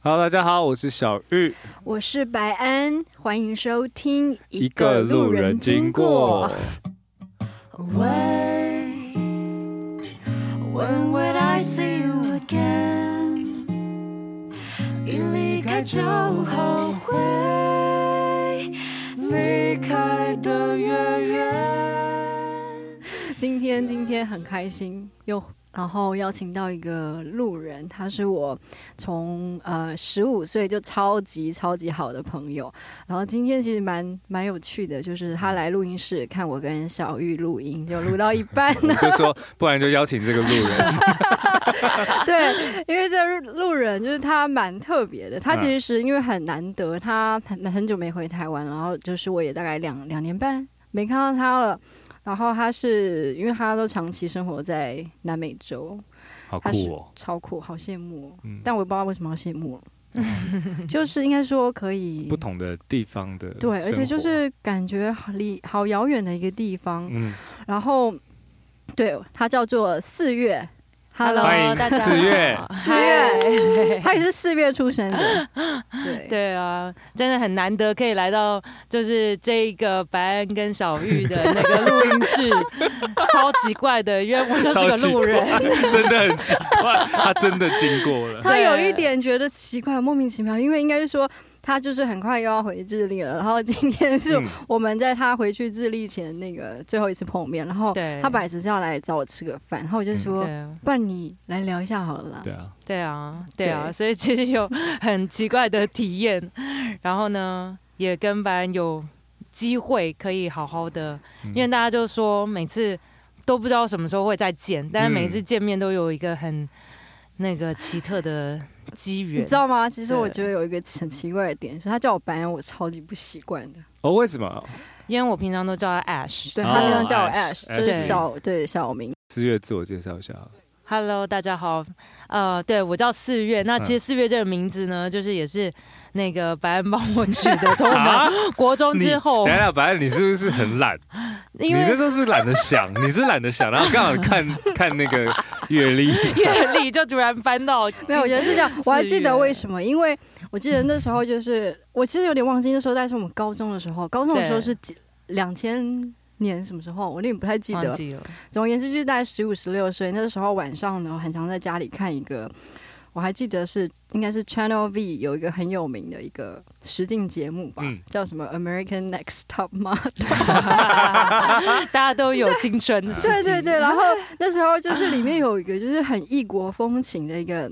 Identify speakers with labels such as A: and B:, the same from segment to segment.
A: Hello，大家好，我是小玉。
B: 我是白安，欢迎收听《。
C: away. When would I see you again？一离开就后悔，离开的越远。
B: 今天今天很开心，又然后邀请到一个路人，他是我从呃十五岁就超级超级好的朋友。然后今天其实蛮蛮有趣的，就是他来录音室看我跟小玉录音，就录到一半
A: 我就说，不然就邀请这个路人。
B: 对，因为这路人就是他蛮特别的，他
A: 嗯
B: 其实因为很难得，他很很久没回台湾，然后就是我也大概两两年半没看到他了。然后他是因为他都长期生活在南美洲，
A: 好
B: 他是
A: 酷哦！
B: 超酷，好羡慕、哦。
A: 嗯，
B: 但我也不知道为什么要羡慕，哦就是应该说可以
A: 不同的地方的生活
B: 对，而且就是感觉好离好遥远的一个地方。
A: 嗯，
B: 然后对，它叫做四月，Hello，
A: 欢迎
C: 大家
A: 四月
C: 好
B: 四月，他也是四月出生的，对
C: 对啊，真的很难得可以来到，就是这个白安跟小玉的那个录 音室，超级怪的，因为我就是
A: 超
C: 个
A: 奇怪
C: 路人。，
A: 真的很奇怪，他真的经过了。
B: 他有一点觉得奇怪，莫名其妙，因为应该是说他就是很快又要回智利了，然后今天是
A: 嗯
B: 我们在他回去智利前那个最后一次碰面，然后
C: 对
B: 他本来只是要来找我吃个饭，然后我就说，
C: 对啊
B: 不然你来聊一下好了啦。
A: 对啊，
C: 对啊，对啊，
B: 对
C: 所以其实有很奇怪的体验，然后呢，也跟白安有机会可以好好的，
A: 嗯
C: 因为大家就说每次都不知道什么时候会再见，但是每次见面都有一个很那个奇特的机
B: 你
C: 缘，
B: 知道吗？其实
C: 对
B: 我觉得有一个很奇怪的点是，他叫我白人，我超级不习惯的。
A: 哦，为什么
C: 因为我平常都叫他 Ash。
B: 对
A: 哦
B: 他平常叫我
A: Ash，
B: Ash，就是
C: 对
B: 小对小明。
A: 四月自我介绍一下好了？
C: Hello，大家好，呃，对我叫四月。那其实四月这个名字呢，就是也是那个白安帮我取的，从我
A: 啊
C: 们国中
A: 你
C: 之后
A: 等一，下，白安，你是不是很懒？你
C: 因为
A: 那时候是不是懒得想，你是懒得想，然后刚好看看那个阅历，
C: 阅历就突然翻到
B: 没有，我觉得是这样。我还记
C: 四
B: 得
C: 月
B: 为什么，因为我记得那时候就是，我其实有点忘记那时候，但是我们高中的时候，高中的时候
C: 对
B: 是几两千年什么时候，我有点不太记
C: 忘
B: 得。
C: 记了，
B: 总而言之，就是大概十五、十六岁那时候晚上呢，我很常在家里看一个，我还记得是应该是 Channel V 有一个很有名的一个实境节目吧，
A: 嗯
B: 叫什么 American Next Top Model。
C: 大家都有青春时期
B: 对 对 对，然后那时候就是里面有一个就是很异国风情的一个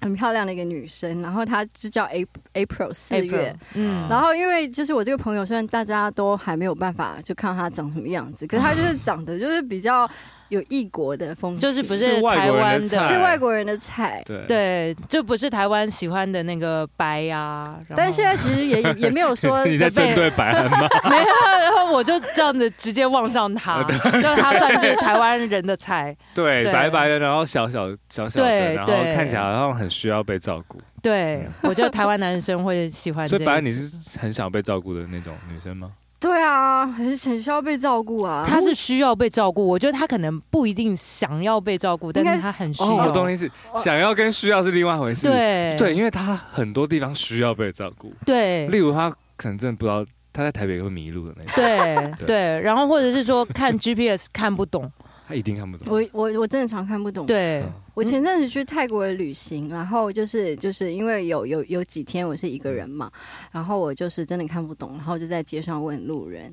B: 很漂亮的一个女生，然后她就叫 April April 四月
C: April，。嗯，
B: 然后因为就是我这个朋友，虽然大家都还没有办法就看到她长什么样子，可是她就是长得就是比较有异国的风情，
C: 就是不
A: 是外
C: 台
A: 国人的菜
C: 湾
B: 是外国人的菜。
A: 对，
C: 对，就不是台湾喜欢的那个白呀、然后
B: 但现在其实也也没有说
A: 你在针对白安吗？
C: 没有，然后我就这样子直接望上 他，就是他算是台湾人的菜，
A: 对，
C: 对
A: 白白的，然后小小小小的，
C: 对
A: 然后
C: 对
A: 看起来好像很需要被照顾。
C: 对我觉得台湾男生会喜欢这
A: 所以
C: 个。
A: 白安，你是很想被照顾的那种女生吗？
B: 对啊，很很需要被照顾啊。
C: 他是需要被照顾，我觉得他可能不一定想要被照顾，但
B: 应该
C: 是
B: 是
C: 他很需
A: 哦，
C: 要。
A: 我懂意思，想要跟需要是另外一回事。
C: 对
A: 对，因为她很多地方需要被照顾，
C: 对
A: 例如她可能真的不知道她在台北会迷路的 那种，
C: 对
A: 对
C: 对，然后或者是说 看 GPS 看不懂，
A: 她一定看不懂。
B: 我我我真的常看不懂。
C: 对
A: 嗯
B: 我前阵子去泰国旅行，然后就是就是因为有有有几天我是一个人嘛，
A: 嗯
B: 然后我就是真的看不懂，然后就在街上问路人。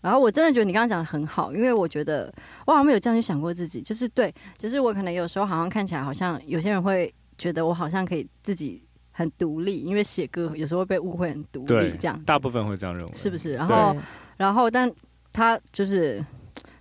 B: 然后我真的觉得你刚刚讲的很好，因为我觉得我好像没有这样去想过自己，就是对，就是我可能有时候好像看起来好像有些人会觉得我好像可以自己很独立，因为写歌有时候会被误会很独立
A: 对
B: 这样子，
A: 大部分会这样认为，
B: 是不是？哦然
C: 对
B: 后然后但他就是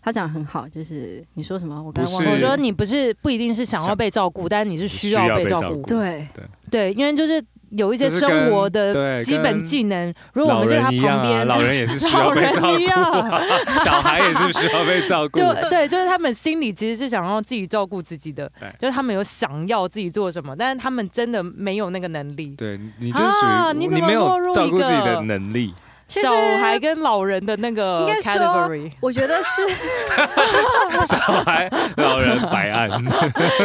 B: 他讲得很好，就是你说什么我刚刚忘
A: 不
C: 我
A: 是
C: 说
B: 了，
C: 你不是不一定是想要被照顾，但是你是需要被照
A: 需要被照
C: 顾
A: 顾。
B: 对。
C: 对，因为就是有一些
A: 就是跟
C: 生活的
A: 对
C: 基本技能，如果我
A: 老
C: 们在他
A: 人一样
C: 旁
A: 啊，
C: 边，
A: 老人也是需要
C: 老
A: 被
C: 人
A: 照
C: 一
A: 顾啊，
C: 样，
A: 小孩也是需要被照顾。
C: 就对，就是他们心里其实是想要自己照顾自己的
A: 对，
C: 就是他们有想要自己做什么，但是他们真的没有那个能力。
A: 对你就是属于
C: 啊你
A: 你
C: 怎么
A: 没
C: 落
A: 有
C: 入
A: 照顾
C: 一
A: 自
C: 个
A: 己的能力，
B: 其实
C: 小孩跟老人的那个
B: 应该说
C: category？
B: 我觉得是
A: 小孩、老人、白 案，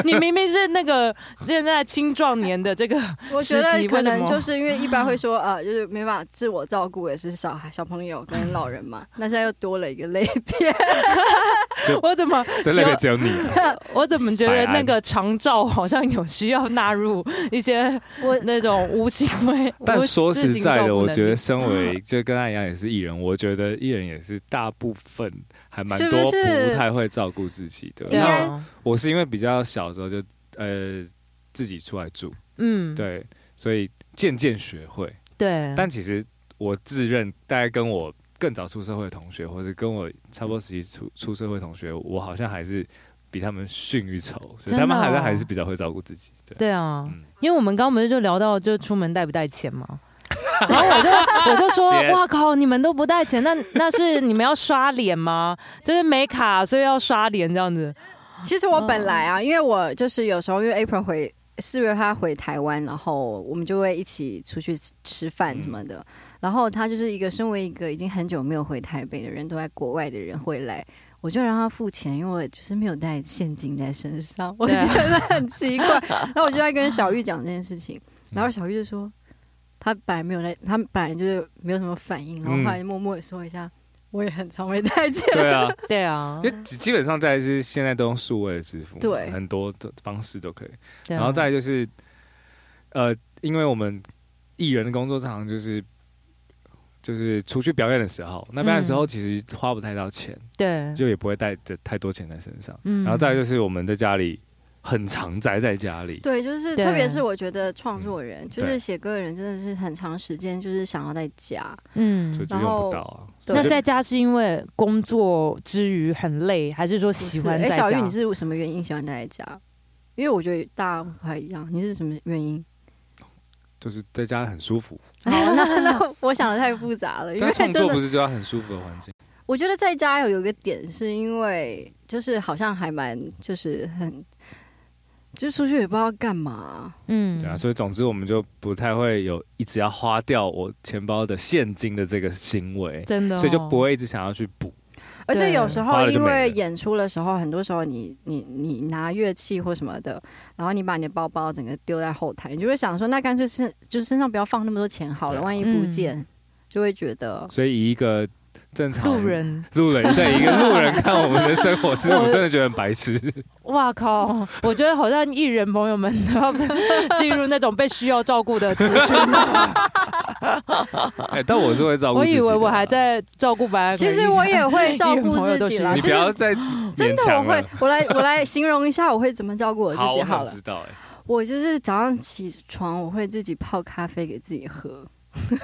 C: 你明明是那个现在青壮年的这个，
B: 我觉得
C: 十级
B: 可
C: 为什
B: 能
C: 么
B: 就是因为一般会说呃，就是没办法自我照顾，也是小孩、小朋友跟老人 嘛。那现在又多了一个类别，
C: 我怎么
A: 这类别只有你啊、
C: 我怎么觉得
A: 百安
C: 那个长照好像有需要纳入一些
B: 我
C: 那种无行为？
A: 但
C: 无
A: 说实在
C: 自行照
A: 的，
C: 顾
A: 我
C: 能力
A: 觉得身为就跟他一样也是艺人，我觉得艺人也是大部分还蛮
B: 是不
A: 多
B: 是
A: 不太会照顾自己的。
C: 对
B: 应该
A: 那
C: 啊，
A: 我是因为比较小的时候就呃自己出来住，
C: 嗯，
A: 对，所以渐渐学会。
C: 对，
A: 但其实我自认大概跟我更早出社会的同学，或者跟我差不多时期出出社会同学，我好像还是比他们逊一筹，所以
C: 真的
A: 他们好
C: 哦
A: 像还是比较会照顾自己。对，
C: 对啊
A: 嗯，
C: 因为我们刚刚不是就聊到，就出门带不带钱嘛。 然后我就我就 说，
A: 钱
C: 哇靠，你们都不带钱，那那是你们要刷脸吗？就是没卡，所以要刷脸这样子。
B: 其实我本来
C: 哦
B: 啊，因为我就是有时候因为 April 回四月他回台湾，然后我们就会一起出去吃吃饭什么
C: 嗯
B: 的。然后他就是一个身为一个已经很久没有回台北的人，都在国外的人回来，我就让他付钱，因为我就是没有带现金在身上，我
C: 对
B: 觉
C: 啊
B: 得很 奇 怪。然后我就在跟小玉讲这件事情，
C: 嗯
B: 然后小玉就说。他本来没有在，他本来就是没有什么反应，然后
C: 嗯
B: 后来默默的说一下，我也很常会带 钱。
A: 对啊，
C: 对啊
A: 因，为基基本上在是现在都用数位的支付嘛，
B: 对
A: 很多的方式都可以。
C: 对啊
A: 然后再来就是，呃，因为我们艺人的工作常常就是就是出去表演的时候，那表演的时候其实花不太到钱，
C: 对，
A: 就也不会带着太多钱在身上。
C: 嗯
A: 然后再来就是我们在家里很常宅在家里，
B: 对，就是
C: 对嗯
B: 特别是我觉得创作人，就是
A: 对
B: 写歌的人，真的是很长时间就是想要在家。
A: 所以
C: 嗯。
A: 就用不到啊。
B: 对
C: 那
A: 就
C: 在家是因为工作之余很累，还是说喜欢
B: 哎，
C: 在
B: 小
C: 家？
B: 玉，你是 什么原因喜欢待在家？因为我觉得大家不太一样，你是什么原 因？
A: 就是在家很舒服，
B: 好，那 那我想的太复杂了，因
A: 但
B: 为
A: 是创
B: 真
A: 作不
B: 的，
A: 是就要很舒服的环境，
B: 我觉得在家有一个点，是因为就是好像还蛮就是很，就出去也不知道干嘛。
C: 嗯
A: 对啊。所以总之我们就不太会有一直要花掉我钱包的现金的这个行为。
C: 真的哦、
A: 所以就不会一直想要去补。
B: 而且
C: 对
B: 有时
A: 花
B: 候
A: 了就
B: 因
A: 没了
B: 为演出的时候，很多时候你你你拿乐器或什么的，然后你把你的包包整个丢在后台，你就会想说，那干脆身就是身上不要放那么多钱好了，
A: 对啊
B: 万一不见，就会觉得
A: 所以以一个正常
C: 路人，
A: 路 人对一个路人看我们的生活，其实我们真的觉得很白 痴。
C: 哇靠！我觉得好像艺人朋友们都要被进入那种被需要照顾的族群。
A: 哎，但我是会照顾
C: 我
A: 自己
C: 以
A: 的啊。
C: 为我还在照顾白安，
B: 其实我也会照顾自己 啦，
A: 你
B: 就
A: 不要
B: 是
A: 再
B: 真
A: 勉
B: 的我
A: 强
B: 会
A: 了。，
B: 我来我来形容一下我会怎么照顾我自
A: 好，
B: 己
A: 我
B: 好
A: 想
B: 了。
A: 知道哎，
B: 我就是早上起床，我会自己泡咖啡给自己喝，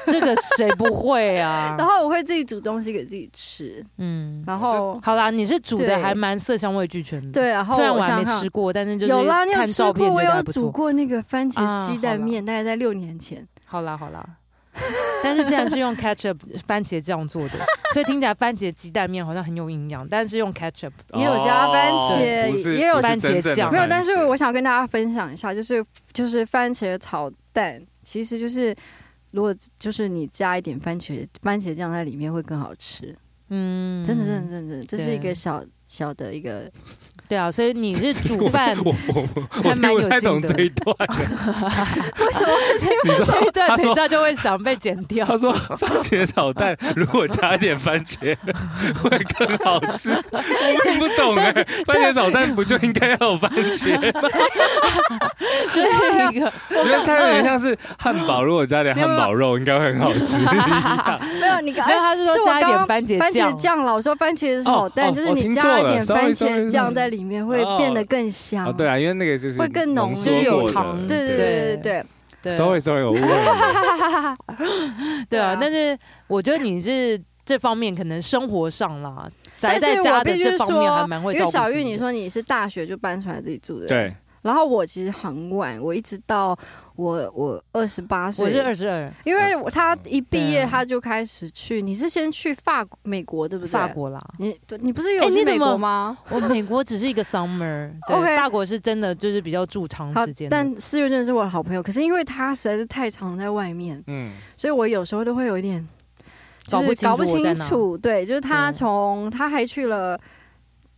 C: 这个谁不会啊
B: 然？后我会自己煮东西给自己吃，
C: 嗯，
B: 然后。
C: 好啦，你是煮的
B: 对
C: 还蛮色香味俱全的。，
B: 对，然后
C: 虽然
B: 我
C: 还没
B: 想想
C: 吃过，但是就是
B: 有啦，你有
C: 看
B: 吃
C: 照
B: 过？
C: 片觉
B: 我
C: 得还
B: 有
C: 不
B: 煮
C: 错。
B: 过那个番
C: 啊
B: 茄鸡蛋面，大概在六年前。
C: 好啦好啦，但是竟然是用 ketchup 番茄酱做 的，所以听起来番茄鸡蛋面好像很有营养，但是用 ketchup
B: 也有加番茄
A: 哦不是
B: 也有
A: 不是真正的
C: 番茄酱
B: 没有，
A: 番
B: 但是
A: 茄
B: 我想跟大家分享一下，就是就是番茄炒蛋，其实就是如果就是你加一点番茄番茄酱在里面会更好吃。
C: 嗯，
B: 真的，真的，真的，这是一
C: 对
B: 个小小的一个，
C: 对啊，所以你是 煮饭
A: 我我我
C: 还蛮有
A: 我听不太懂
C: 心得
A: 这一段。
B: 为什么
A: 你
C: 这一
A: 说
C: 段
A: 他
C: 等一
A: 说
C: 下就会想被剪掉。
A: 他说番茄炒 蛋如果加一点番茄会更好吃， 我听不懂哎。番茄炒蛋不就应该要有番茄吗？
C: 就是一
B: 啊
C: 个
A: 我觉得它有点像是汉堡，如果加点汉堡肉，应该会很好吃。
B: 没有？你刚
C: 没有他是说
B: 我
C: 加一点
B: 刚
C: 番茄
B: 番
C: 酱
B: 茄酱啦，我说番茄炒
A: 哦
B: 蛋，
A: 哦
B: 就是
A: 我
B: 你
A: 听
B: 加
A: 错
B: 一
A: 了
B: 点
A: sorry，
B: 番
A: sorry，
B: 茄酱
A: sorry
B: 在里面会变得
A: 哦
B: 更香。
A: 哦，对啊，因为那个就是
B: 会更浓
A: 缩
B: 就是有
A: 过的
C: 糖
B: 嗯对对对对对，
C: 嗯对
A: Sorry Sorry，我误会 了。
C: 对啊
B: 对啊，
C: 但是我觉得你是这方面可能生活上啦，宅
B: 但
C: 在
B: 是
C: 家
B: 我
C: 的
B: 必须
C: 这
B: 说，
C: 方面还蛮会
B: 因
C: 照
B: 为
C: 顾自己的。
B: 小玉，你说你是大学就搬出来自己住的，。
A: 对，
B: 然后我其实很晚，我一直到我我二十八岁，
C: 我是二，十二，
B: 因为我他一毕
C: 对
B: 业
C: 啊
B: 他就开始去，你是先去法国美国对不对？
C: 法，国啦，
B: 你对你不是
C: 哎
B: 有
C: 你
B: 去
C: 怎
B: 美国
C: 么
B: 吗？
C: 我美国只是一个 summer，对，
B: OK
C: 法国是真的就是比较住长
B: 好
C: 时间，的，
B: 但四月真的是我的好朋友，可是因为他实在是太常在外面，
A: 嗯，
B: 所以我有时候都会有一点。就
C: 搞不
B: 是
C: 清楚
B: 搞不
C: 我在
B: 清
C: 哪
B: 楚，对，就是他
C: 对
B: 从他还去了，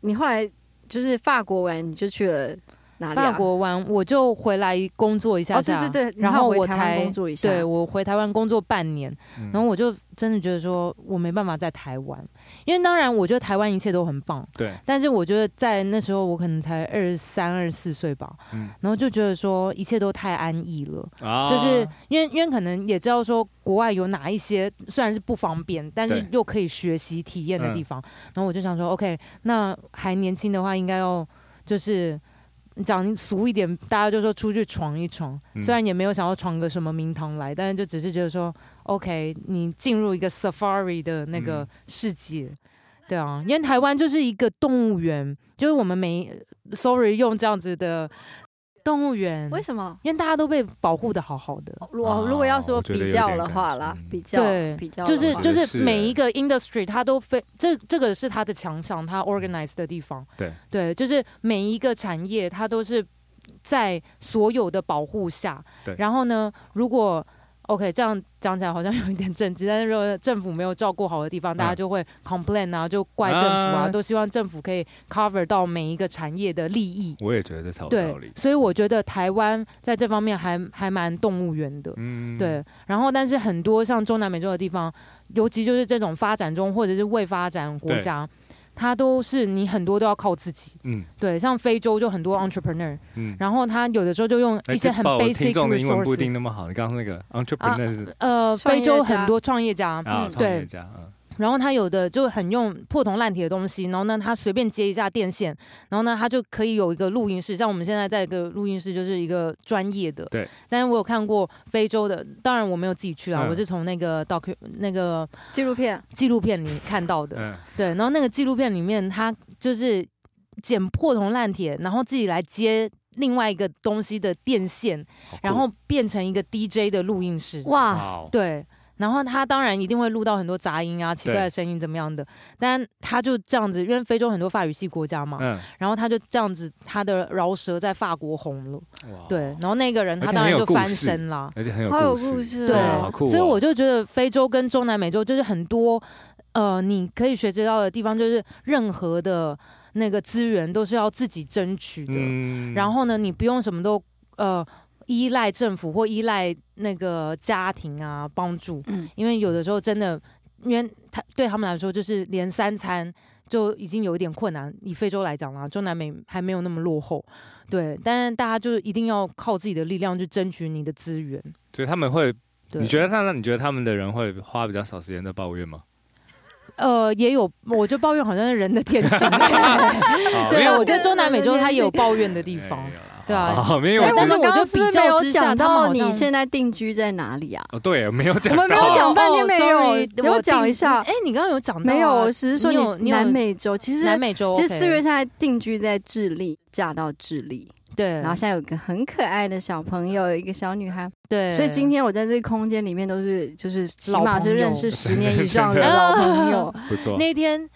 B: 你后来就是法国玩，你就去了哪里、啊？
C: 法国玩，我就回来工作一下
B: 哦，
C: 下，
B: 对对对，
C: 然后
B: 你还
C: 我
B: 回台湾
C: 才
B: 工作一下，
C: 对我回台湾工作半年，
A: 嗯
C: 然后我就真的觉得说我没办法在台湾，因为当然我觉得台湾一切都很棒，
A: 对，
C: 但是我觉得在那时候我可能才二十三、二十四岁吧，
A: 嗯
C: 然后就觉得说一切都太安逸了，
A: 啊
C: 就是因为因为可能也知道说国外有哪一些虽然是不方便，但是
A: 对嗯
C: 又可以学习体验的地方，然后我就想说，OK，那还年轻的话应该要就是。讲俗一点，大家就说出去闯一闯，
A: 嗯
C: 虽然也没有想要闯个什么名堂来，但是就只是觉得说，OK，你进入一个 safari 的那个
A: 嗯
C: 世界，对啊，因为台湾就是一个动物园，就是我们没，sorry，用这样子的动物园，
B: 为什么？
C: 因为大家都被保护的好好的，
B: 如果、
A: 啊
B: 如果要说
A: 我觉得有
B: 比
A: 点
B: 较的
A: 感
B: 话
A: 觉
B: 啦
A: 嗯，
B: 比较
C: 对
B: 比较的
C: 就
B: 话
C: 是
A: 觉
C: 就
A: 得是
C: 是每
A: 欸
C: 一个 industry 它都非这这个是它的强项，它 organize 的地方。
A: 对
C: 对，就是每一个产业它都是在所有的保护下。
A: 对
C: 然后呢，如果 OK 这样讲起来好像有一点政治，但是如果政府没有照顾好的地方，大家
A: 嗯
C: 就会 complain 啊，就怪政府啊，
A: 啊
C: 都希望政府可以 cover 到每一个产业的利益。
A: 我也觉得这超有
C: 对
A: 道理，，
C: 所以我觉得台湾在这方面还还蛮动物园的。
A: 嗯，
C: 对，然后但是很多像中南美洲的地方，尤其就是这种发展中或者是未发展国
A: 对
C: 家，它都是你很多都要靠自己。
A: 嗯
C: 对，像非洲就很多 entrepreneur，
A: 嗯。
C: 然后他有的时候就用
A: 哎
C: 一些
A: 这
C: 很
A: 报我
C: basic
A: 听众的英文不一定那
C: resources。
A: 么好，你刚刚那个 entrepreneur 是
C: 呃，
B: 创
C: 非
B: 业
C: 洲
B: 家
C: 很多创业家，
A: 啊，
B: 嗯
A: 创业
C: 对
A: 家，嗯
C: 然后他有的就很用破铜烂铁的东西，然后呢，他随便接一下电线，然后呢，他就可以有一个录音室，像我们现在在一个录音室就是一个专业的。
A: 对。
C: 但是我有看过非洲的，当然我没有自己去啊，
A: 嗯
C: 我是从那个 docu 那个
B: 纪录片，
C: 纪录片里看到的。
A: 嗯，
C: 对，然后那个纪录片里面，他就是捡破铜烂铁，然后自己来接另外一个东西的电线，
A: 好酷
C: 然后变成一个 DJ 的录音室。
A: 哇
B: 哇，
A: 哦，
C: 对，然后他当然一定会录到很多杂音啊、奇怪的声音怎么样的，但他就这样子，因为非洲很多法语系国家嘛，
A: 嗯，
C: 然后他就这样子，他的饶舌在法国红了。
A: 哇，
C: 对，，然后那个人
A: 哦而
C: 他
A: 且
C: 当
A: 很
C: 然
A: 有
C: 就
A: 故
C: 翻
A: 事
C: 身啦。
A: 而且很有
B: 好有
A: 故
B: 故
A: 事，
B: 事
C: 对
A: 啊好
B: 哦，
A: 酷哦，
C: 所以我就觉得非洲跟中南美洲就是很多呃，你可以学习到的地方，就是任何的那个资源都是要自己争取的。
A: 嗯
C: 然后呢，你不用什么都呃依赖政府或依赖那个家庭啊帮助，
B: 嗯，
C: 因为有的时候真的，因为他对他们来说就是连三餐。就已经有一点困难，以非洲来讲啦，中南美还没有那么落后，对，但是大家就是一定要靠自己的力量去争取你的资源。
A: 所以他们会，
C: 对
A: 你觉得他那你觉得他们的人会花比较少时间在抱怨吗？
C: 呃，也有，我就抱怨 好像是人的天性。对，啊我觉得中南美洲它也有抱怨的地方。对啊
A: 好，没有我
B: 哎，
C: 哎
A: 只
C: 但
B: 我
C: 是
A: 是
B: 们刚
C: 我就
B: 刚是不
C: 比
B: 是
C: 较
B: 没有
C: 之下
B: 讲
C: 他们
B: 到
C: 好像
B: 你现在定居在哪里啊？
A: 哦，对，没有讲到，
B: 我们没有讲半天
C: 哦
B: 没有
C: ，sorry，
B: 你要
C: 我
B: 讲
C: 定
B: 一下
C: 哎，你刚刚有讲到啊
B: 没有，我只是说
C: 你有你有
B: 南美洲，其实
C: 南美洲，
B: 其实
C: OK
B: 四月现在定居在智利，嫁到智利，
C: 对，
B: 然
C: 然
B: 后现在有一个很可爱的小朋友，有一个小女孩，
C: 对，
B: 所以今天我在这个空间里面都是就是起码是认识十年以上的
C: 老
B: 老
C: 朋友
B: 朋 友，
A: 不错，
C: 那天。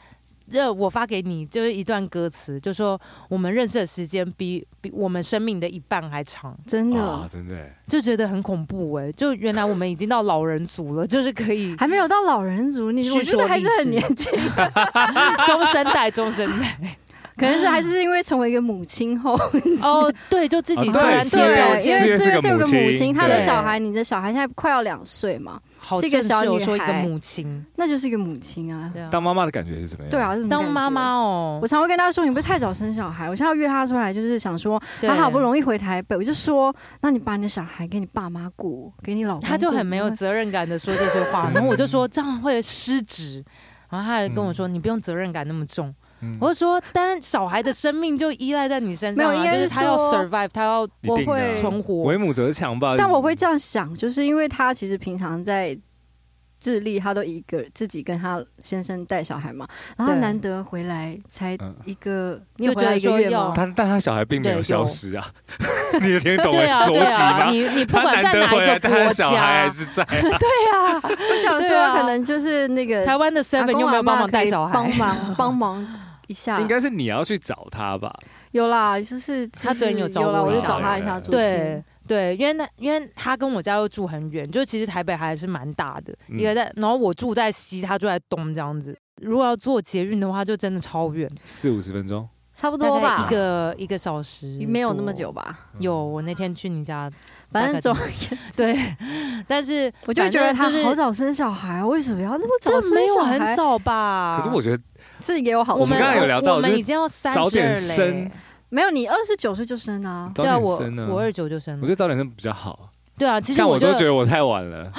C: 呃，我发给你就是一段歌词，就说我们认识的时间比比我们生命的一半还长，
B: 真
A: 啊，
B: 的
A: 真的耶，
C: 就觉得很恐怖哎、就原来我们已经到老人组了，就是 可以
B: 还没有到老人族，你我
C: 叙
B: 觉
C: 说
B: 得还是很
C: 历史
B: 年轻，
C: 中生代，中生代。
B: 可能是还是因为成为一个母亲后，
C: 哦，对，就自己
A: 啊
C: 突然
A: 对
C: 贴标
A: 四
B: 因
C: 签
A: 月
B: 为四
A: 是
B: 月
A: 个
B: 是有个
A: 母亲
B: 母亲，她的
C: 对
B: 小孩，你的小孩现在快要两岁嘛，
C: 好
B: 是一个
C: 正式
B: 小
C: 哦
B: 女
C: 说一个
B: 孩
C: 母亲，
B: 那就是一个母亲啊，
C: 对啊
A: 当妈妈的感觉是怎么样？
B: 对啊，，这种
C: 当
B: 感觉
C: 妈妈。哦
B: 我，常会跟她说：“你不是太早生小孩？”我现在要约她出来，就是想说，
C: 对
B: 她好不容易回台北，我就说：“那你把你的小孩给你爸妈顾，给你老公顾。”
C: 他就很没有
B: 你会
C: 责任感的说这些话，
A: 嗯
C: 然后我就说这样会失职，然后他还跟我说你不用责任感那么重，
A: 嗯
C: 我就说但小孩的生命就依赖在你身上、啊，
B: 没有应该
C: 就是是他要
B: 说
C: survive，他要
A: 一定的啊
B: 我会
C: 存活
A: 为，母则强吧，嗯
B: 但我会这样想，就是因为他其实平常在智利，他都一个自己跟他先生带小孩嘛，然后
C: 对
B: 他难得回来才
A: 嗯
B: 一个，你有
C: 就
B: 回来一
C: 觉得
B: 个
C: 说
B: 月
C: 要
B: 吗？
A: 但但他小孩并没有
C: 对
A: 消
C: 有
A: 失啊， 你也听懂我
C: 对啊
A: 逻
C: 对啊，
A: 辑吗？
C: 你你不
A: 他
C: 管在
A: 难得
C: 哪
A: 回来，
C: 一个
A: 但他
C: 国
A: 的小孩还
C: 家，
A: 是在啊，
C: 对啊，
B: 我 想
C: 对啊
B: 说，可能就是那个
C: 台湾的
B: 阿
C: seven
B: 公
C: 有没有
B: 阿
C: 帮
B: 嬷
C: 忙带
B: 可以
C: 小
B: 帮
C: 孩？
B: 忙帮忙一下
C: 啊
A: 应，该是你要去找他吧？
B: 有啦，就是
C: 他昨天
B: 有
C: 有找
B: 啦，
C: 我
B: 我就
A: 啦
B: 找他一下主题。
C: 对，对，因为那因为他跟我家又住很远，就其实台北还是蛮大的，
A: 嗯
C: 一个在，然后我住在西，他住在东这样子。如果要坐捷运的话，就真的超远，
A: 四五十分钟，
B: 差不
C: 大
B: 多
C: 概
B: 吧
C: 一，个一个小时，
B: 没有那么。久吧。
A: 嗯
C: 有，我那天去你家，
B: 反正总而言
C: 对，但是
B: 我就觉得他
C: 反正就是
B: 好早生小孩，为什么要那么早
C: 这
B: 生
C: 没有
B: 小
C: 很
B: 孩？
C: 早吧？
A: 可是我觉得
B: 是也有好处
A: 我们刚才有聊到
C: 我们
A: 就是
C: 已经要三十
A: 早点
C: 了
A: 生
C: 嘞，
B: 没有，你二十九岁就生啊，
A: 早
C: 对啊，
A: 点
C: 我
A: 生呢，
C: 我二九就生
A: 我觉
C: 了，
A: 得早点生比较好。
C: 对啊，其实
A: 像我
C: 就
A: 都觉得我太晚了，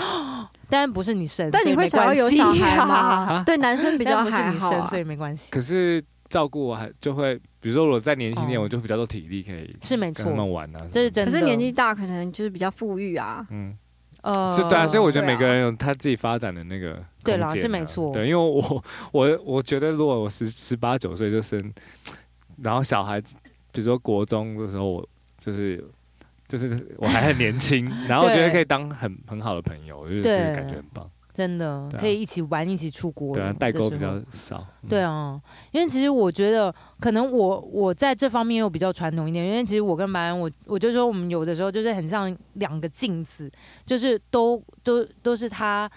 C: 当然不是你生，
B: 但
C: 所以
B: 你会
C: 没
B: 想要
C: 关
B: 有
C: 系
B: 小孩
C: 啊
B: 吗？对，男生比较
C: 但不是
B: 还
C: 你
B: 好
C: 生，
B: 啊
C: 所。以没关系，
A: 可是照顾我还就会，比如说我再年轻一点，
C: 哦
A: 我就比较多体力可以
C: 是没
A: 跟他
C: 错，
A: 们玩啊。
C: 这是真
B: 可
C: 的。
B: 是年纪大，可能就是比较富裕啊。
A: 嗯，
C: 呃
A: 这对啊，所以我觉得
B: 对啊
A: 每个人有他自己发展的那个空间啊
C: 对啦是没错
A: 对，因为我 我我觉得如果我十十八九岁就生，然后小孩，比如说国中的时候，我就是就是我还很年 轻，然后我觉得可以当很很好的朋友，我就觉得
C: 对
A: 感觉很棒。
C: 真的
A: 对啊
C: 可以一起玩，一起出国，
A: 对啊，代沟
C: 的
A: 比
C: 时候
A: 较少。嗯
C: 对啊，因为其实我觉得，可能我我在这方面又比较传统一点，因为其实我跟白安，我我就说我们有的时候就是很像两个镜子，就是都都都是他，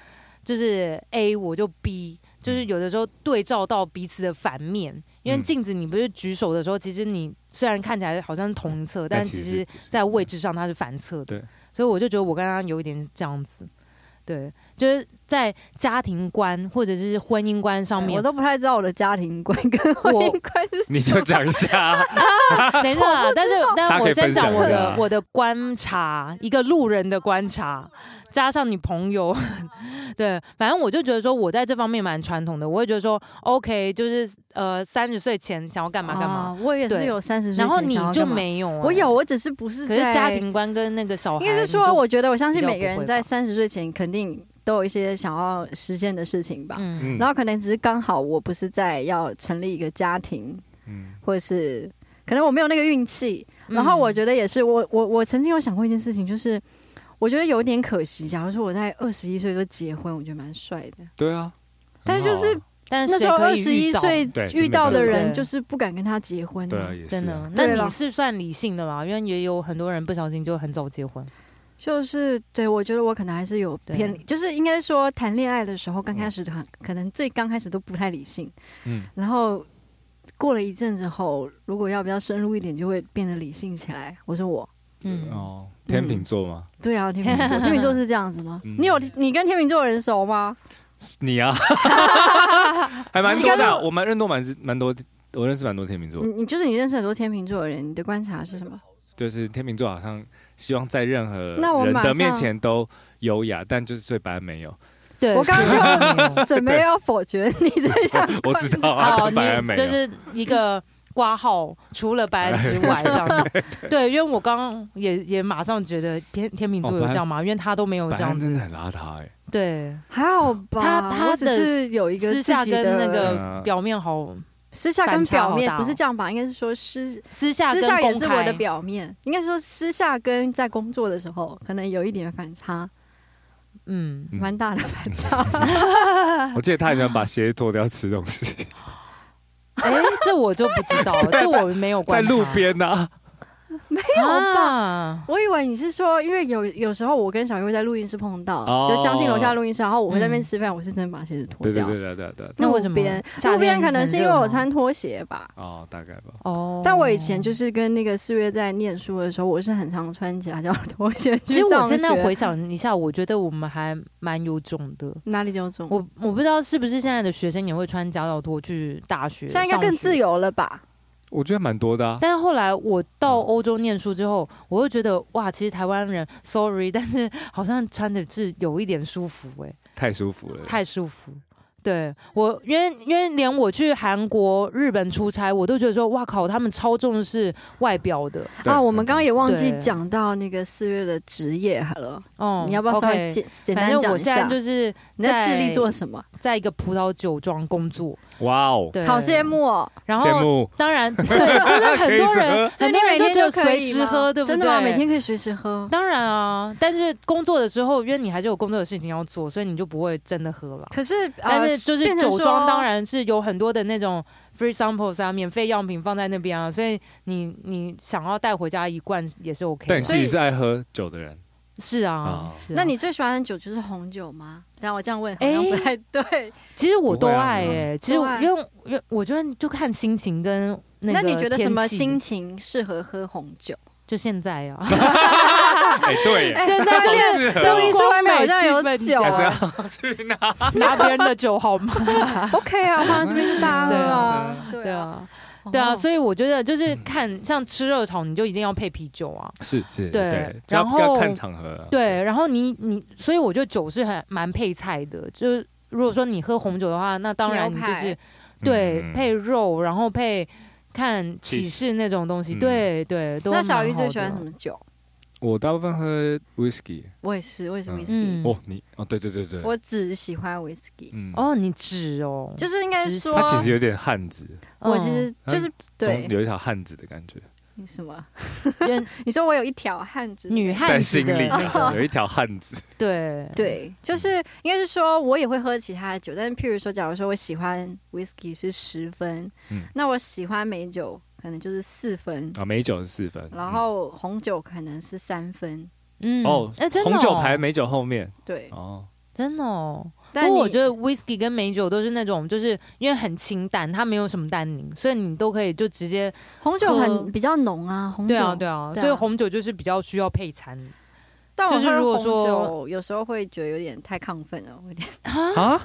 C: 就是 A 我就 B，就是有的时候对照到彼此的反面，因为
A: 嗯
C: 镜子你不是举手的时候，其实你虽然看起来好像是同侧，但
A: 但
C: 其
A: 其
C: 实
A: 实不是
C: 在位置上它是反侧的
A: 对，
C: 所以我就觉得我刚刚有一点这样子，对，就是在家庭观或者是婚姻观上面
B: 我，都不太知道我的家庭观跟婚姻观 是
A: 你就讲一 下，啊
B: 哎
C: 等一下啊，但是但
A: 他可
C: 我
A: 以
C: 先
A: 分享
C: 讲我
A: 一下
C: 的我的观察，一个路人的观察，加上你朋友， 对，反正我就觉得说我在这方面蛮传统的，我会觉得说 OK，就是呃三十岁前想要干嘛干嘛，
B: 啊我也是
C: 对
B: 有三十岁前
C: 然后
B: 想
C: 你
B: 要
C: 就
B: 干嘛，
C: 没有、啊
B: 我有，，我只是不是
C: 可是
B: 在
C: 家，庭观跟那个小孩，
B: 应该是
C: 你
B: 说，
C: 就
B: 我觉得我相信
C: 比较
B: 每个
C: 不
B: 人
C: 会
B: 在
C: 吧
B: 三十岁前肯定都有一些想要实现的事情吧。
C: 嗯，
B: 然后可能只是刚好我不是在要成立一个家庭，
A: 嗯，
B: 或者是可能我没有那个运气。
C: 嗯
B: 然后我觉得也是，我我我曾经有想过一件事情，就是我觉得有点可惜。假如说我在二十一岁就结婚，我觉得蛮帅的。
A: 对啊。
B: 但是
A: 很
B: 就
A: 好啊
B: 是
C: 但是
B: 那时候
C: 谁可
B: 二
C: 以
B: 十一
C: 遇到
B: 岁
A: 对就
B: 遇
A: 没
B: 到
A: 办
B: 的
A: 法
B: 人，
C: 对
B: 就是不敢跟他结婚、
A: 对啊，，也
C: 嗯真
A: 是
C: 的
A: 啊，，
C: 那
B: 对啦
C: 你是算理性的啦，因为也有很多人不小心就很早结婚，
B: 就是对我觉得我可能还是有
C: 对
B: 偏，就是应该说谈恋爱的时候，刚开始很可能最刚开始都不太理性，
A: 嗯，
B: 然后过了一阵子后，如果要比较深入一点，就会变得理性起来。我说我。
C: 嗯，
A: 哦，天秤座吗？
B: 对啊，天 秤座，天秤座是这样子吗？
A: 嗯
B: 你有你跟天秤座的人熟吗？
A: 是你 啊，还蛮多的啊。我蛮认多蛮是蛮多，我认识蛮多天秤座
C: 嗯
B: 你，你就是你认识很多天秤座的人，你的观察是什 么？
A: 就是天秤座好像希望在任何
B: 那我
A: 人
B: 马
A: 的
B: 上
A: 面前都优雅，但就是最白没有。
C: 对，
B: 我刚刚 就准备要否决你的想法
A: 我知道啊，
C: 哦，
A: 但白没
C: 你就
A: 有。
C: 是一个挂号，除了白之外这样子。对，因为我刚刚也也马上觉得天天秤座有这样嘛，因为他都没有
A: 白
C: 这样
A: 真的
C: 子。
A: 很邋遢哎，
C: 对，
B: 还好吧，
C: 他他的
B: 我只是有一个自
C: 私下
B: 己
C: 跟
B: 的
C: 那个
A: 嗯
C: 呃表面好，
B: 私下跟表
C: 反差好
B: 面
C: 大哦
B: 不是这样吧？应该是说私
C: 私下
B: 私
C: 跟
B: 下也
C: 公
B: 是我的
C: 开。
B: 表面，应该说私下跟在工作的时候可能有一点反差，
C: 嗯，
A: 嗯
B: 蛮大的反差。
A: 我记得他很喜欢把鞋脱掉吃东西，
C: 哎，这我就不知道，了，这我没有
A: 在
C: 观察
A: 路边啊呐。
B: 没有吧？
C: 啊，
B: 我以为你是说，因为有有时候我跟小优在录音室碰到，
A: 哦
B: 就相信楼下录音室，然后我会在那边
C: 嗯
B: 吃饭，我是真的把鞋子脱
A: 对对
B: 掉。
A: 对对对对对。
C: 那为什么
B: 路边
C: 夏天
B: 路边可能
C: 很
B: 是
C: 热
B: 因为我
C: 吗
B: 穿拖鞋吧。
A: 哦，大概吧。
C: 哦，
B: 但我以前就是跟那个四月在念书的时候，我是很常穿夹脚拖鞋
C: 其
B: 去
C: 实我
B: 上学。
C: 现在回想一下，我觉得我们还蛮有种的。
B: 哪里就中，
C: 我我不知道是不是现在的学生也会穿夹脚拖去大学，
B: 现在应该更自。由了吧？
A: 我觉得蛮多的啊。
C: 但后来我到
A: 嗯
C: 欧洲念书之后，我又觉得哇，其实台湾人，sorry，但是好像穿的是有一点舒服、欸，
A: 太舒服了。
C: 太舒服。对我，因为因为连我去韩国、日本出差，我都觉得说，哇靠，他们超重视外表的。
A: 对
B: 啊，我们刚刚也忘记
C: 对
B: 讲到那个四月的职业好了，
C: 哦、
B: 你要不要稍微
C: OK
B: 简简
C: 反
B: 单
C: 正
B: 讲
C: 我
B: 一
C: 现在
B: 下？
C: 就是
B: 你在智利
C: 在
B: 做什么？
C: 在一个葡萄酒庄工作，
A: 哇哦，
C: 对，
B: 好羡。慕哦！
C: 然
A: 羡
C: 后
A: 慕。
C: 当然，对，就是很多人，
B: 所以
C: 很
B: 你
C: 多
B: 每
C: 人
B: 天就
C: 就只有
B: 可
C: 随
B: 以
C: 时
B: 吗
C: 喝，对不对？
B: 真的吗？每天可以随时喝。
C: 当然啊，但是工作的时候，因为你还是有工作的事情要做，所以你就不会真的喝了。
B: 可是，呃
C: 但是就是
B: 变成
C: 酒庄
B: 说
C: 当然是有很多的那种 free samples 啊，免费样品放在那边啊，所以你你想要带回家一罐也是 OK
A: 但
C: 的。
A: 你自己是爱喝酒的人，
C: 是啊
A: 啊，
C: 是啊
B: 那你最喜欢的酒就是红酒吗？但我这样问好
C: 哎
B: 像不太对。
C: 其实我都爱
A: 不会啊
C: 诶、其实我
B: 都爱
C: 因为因为我觉得就看心情跟那
B: 那
C: 个
B: 你觉得什么
C: 天气
B: 心情适合喝红酒？
C: 就现在啊，
A: 哎，对，
B: 哎
C: 真的
B: 外面
A: 好适合
B: 录音
A: 哦，
B: 室外面好像有酒
A: 还
B: 啊
A: 是 要去拿
C: 拿别人的酒好吗？
B: ，OK 啊，放在这边是大家喝啊，对
C: 对
B: 啊，
C: 啊，对啊，所
B: 以
C: 以我觉得就是
A: 嗯
C: 看像吃热炒，你就一定要配啤酒啊。
A: 是是，
C: 对
A: 对，
C: 然
A: 要要
C: 后
A: 看场合啊，
C: 对，然后你你，所以我觉得酒是很蛮配菜的。就是如果说你喝红酒的话，那当然
B: 牛
C: 你
B: 排
C: 就是
A: 嗯
C: 对
A: 嗯
C: 配肉，然后配看起
A: Cheese
C: 士那种东西。
A: 嗯
C: 对对，都
B: 那小
C: 蛮
B: 鱼最
C: 好
B: 喜欢
C: 的
B: 什？么酒？
A: 我大部分喝 whisky，
B: 我也是，我也是
A: 嗯
B: whisky，
A: 哦，你哦，对对对对，
B: 我只喜欢 whisky，
A: 嗯，
C: 哦，你指哦，
B: 就是应该
C: 只是
B: 说
A: 他，其实有点汉子，
B: 我
C: 嗯
B: 其实就是
A: 总
B: 对
A: 有一条汉子的感觉，
B: 你什么？
C: 人
B: 你说我有一条汉子
C: 女
A: 在
C: 汉子
A: 心里
C: 的
A: 啊有一条汉子，
C: 对，
A: 嗯
B: 对，就是应该是说，我也会喝其他的酒，但是譬如说，假如说我喜欢 whisky 是十分，
A: 嗯
B: 那我喜欢美酒可能就是四分，
A: 啊，美酒是四分，
B: 然后红酒可能是三分，
C: 嗯
A: 嗯哦
C: 哎，真，的
A: 红酒
C: 哦
A: 排美酒后面
B: 对。
A: 哦，
C: 真的哦。
B: 但
C: 不过我
B: 你
C: 觉得 whisky 跟美酒都是那种，就是因为很清淡，它没有什么单宁，所以你都可以就直接
B: 红酒
C: 喝
B: 很比较浓啊，红酒
C: 对啊对啊，
B: 对啊
C: 所以红酒就是比较需要配餐
B: 但我
C: 就是如
B: 喝
C: 果
B: 红
C: 说
B: 酒有时候会觉得有点太亢奋了，我有点。
C: 啊。
A: 啊，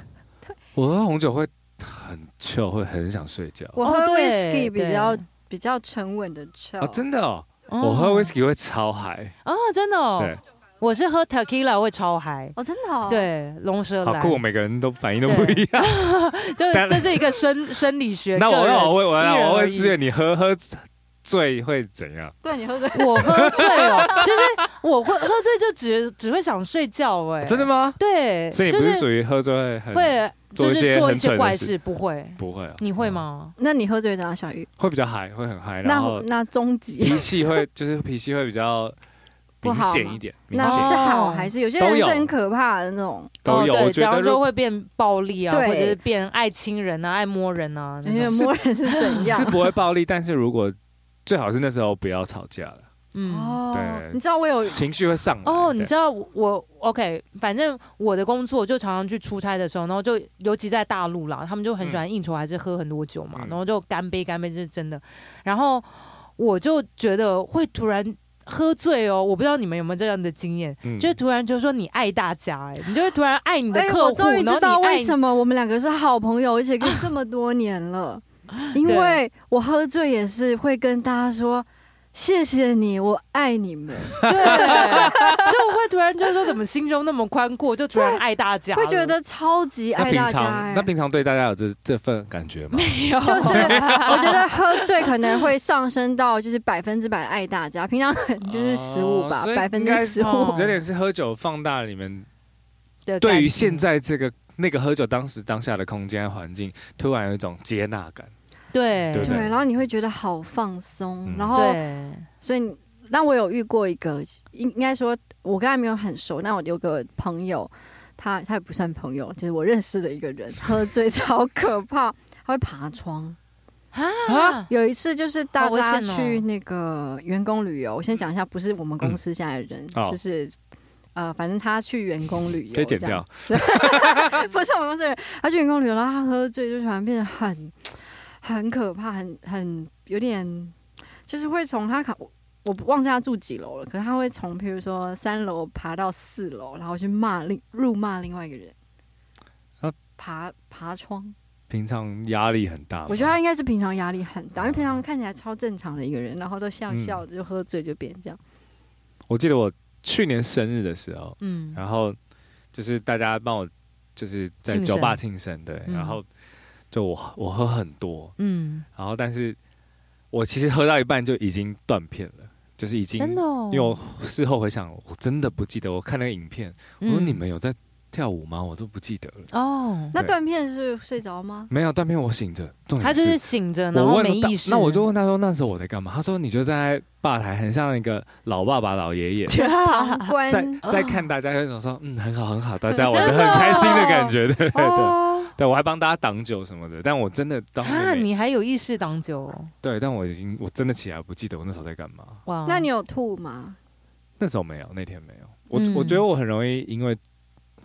A: 我喝红酒会很 chill，会很想睡觉
B: 我喝
C: 哦对
B: whisky 比
C: 对
B: 较比较沉稳的 c
A: 啊，真的哦，
C: 嗯
A: 我喝 whisky 会超嗨，
C: 啊，真的哦
A: 对，
C: 我是喝 tequila 会超嗨。
B: 哦，真的哦，，
C: 对，龙舌
A: 好
C: 兰，
A: 酷，每个人都反应都不一样。
C: 这
A: 当然
C: 这是一个生生理学。
A: 那我
C: 个人
A: 那我问，我
C: 因人
A: 我
C: 而
A: 问
C: 异
A: 思远，你喝喝醉会怎样？
B: 对你喝醉，
C: 我喝醉 哦，就是我会喝醉就只只会想睡觉哎，
A: 啊真的？吗？
C: 对，
A: 所以你
C: 就
A: 不是
C: 是
A: 属于喝醉会很
C: 会
A: 做
C: 就
A: 一些
C: 是做一
A: 很蠢
C: 些
A: 的
C: 怪
A: 事
C: 事，不会，
A: 不会啊？
C: 你会？吗？
B: 那你喝醉怎样？小鱼，
A: 会比较嗨，会很嗨，然
B: 那
A: 后
B: 那终极
A: 脾气会就是脾气会比较
B: 不
A: 明
B: 好
A: 显
B: 吗
A: 一点，明
B: 那
A: 显
B: 是好
C: 哦
B: 还是有些
A: 都
B: 人是
A: 有
B: 很可怕的那种？
A: 都有。
C: 哦、
A: 我
C: 对，
A: 觉
C: 然
A: 得
C: 后
A: 如
C: 就会变暴力啊，
B: 对哎
C: 或者是变爱亲人啊，爱摸人啊。那
B: 因为
C: 种
A: 是
B: 摸人是怎样
A: 是？不会暴力，但是如果最好是那时候不要吵架了，
B: 哦
C: 嗯，
A: 对
B: 你知道我有
A: 情绪会上来。
C: 哦，
A: 对
C: 你知道我我 OK，反正我的工作就常常去出差的时候，然后就尤其在大陆啦，他们就很喜欢应酬，还是喝很多酒嘛，
A: 嗯
C: 然后就干杯干杯，这是真的。然后我就觉得会突然。喝醉哦，我不知道你们有没有这样的经验，
A: 嗯
C: 就是突然就说你爱大家、哎，你就会突然爱你的
B: 哎，
C: 客
B: 我
C: 户，
B: 终于
C: 然
B: 知道
C: 后你爱
B: 为
C: 你
B: 什么我们两个是好朋友，而且跟这么多年了。因为我喝醉也是会跟大家说谢谢你，我爱你们，
C: 对， 就会突然就说怎么心胸那么宽阔，就突然爱大家了，
B: 会觉得超级
A: 那
B: 爱
A: 平
B: 大家、
A: 常
B: 哎
A: 那平常对大家有这这份感觉吗？
B: 就是 我觉得喝醉可能会上升到就是百分之百爱大家，平常可能 就是十五吧
A: 哦所，以
B: 百分之十
C: 应该
B: 五
C: 哦。
A: 有点是喝酒放大了你们
C: 的
A: 对于
C: 感
A: 现
C: 情
A: 在这个那个喝酒当时当下的空间环境，突然有一种接纳感。
C: 对
A: 对
B: 对，
A: 对
B: 然后你会觉得好放松，
A: 嗯
B: 然后
C: 对
B: 所以你，但我有遇过一个，应应该说，我跟他没有很熟，但我有个朋友，他他也不算朋友，就是我认识的一个人，喝醉超可怕，他会爬窗。
C: 啊，
B: 有一次就是大家
C: 好危险哦
B: 去那个员工旅游，我先讲一下，不是我们公司现在的人，
A: 嗯哦
B: 就是。呃，反正他去员工旅游，
A: 可以剪掉，
B: 不是我们公司的人，他去员工旅游，然后他喝醉就突然变得很很可怕，很很有点，就是会从他考。我忘记他住几楼了，可是他会从譬如说三楼爬到四楼，然后去骂另辱骂另外一个人，
A: 啊
B: 爬爬窗。
A: 平常压力很大吗。
B: 我觉得他应该是平常压力很大，因为平常看起来超正常的一个人，然后都
A: 嗯
B: 笑笑的，就喝醉就变这样。
A: 我记得我去年生日的时候，
C: 嗯，
A: 然后就是大家帮我就是在
C: 庆生
A: 酒吧庆生，对，
C: 嗯
A: 然后就我我喝很多，
C: 嗯，
A: 然后但是我其实喝到一半就已经断片了，就是已经
C: 真的、哦，
A: 因为我事后回想，我真的不记得我看那个影片，我说
C: 嗯
A: 你们有在跳舞吗？我都不记得了。
C: 哦，
B: 那
A: 对
B: 断片是睡 着吗？。
A: 没有，断片我醒着，重
C: 他
A: 点
C: 就是
A: 是
C: 醒着，然
A: 我
C: 后
A: 问
C: 没
A: 到
C: 意识。
A: 那我就问他说那时候我在干嘛？他说你就在吧台，很像一个老爸爸老爷爷
B: 旁观
A: 在
C: 嗯哦
A: 在看大家，有一种说嗯很好很好，大家玩的很开心的感觉，对对对
C: 哦
A: 对，我还帮大家挡酒什么的，但我真的到后
C: 啊，
A: 面没
C: 你还有意识挡酒哦？
A: 对，但我已经我真的起来不记得我那时候在干嘛，
C: 哇，
B: 那你有吐吗？
A: 那时候没有，那天没有，我
C: 嗯
A: 我觉得我很容易因为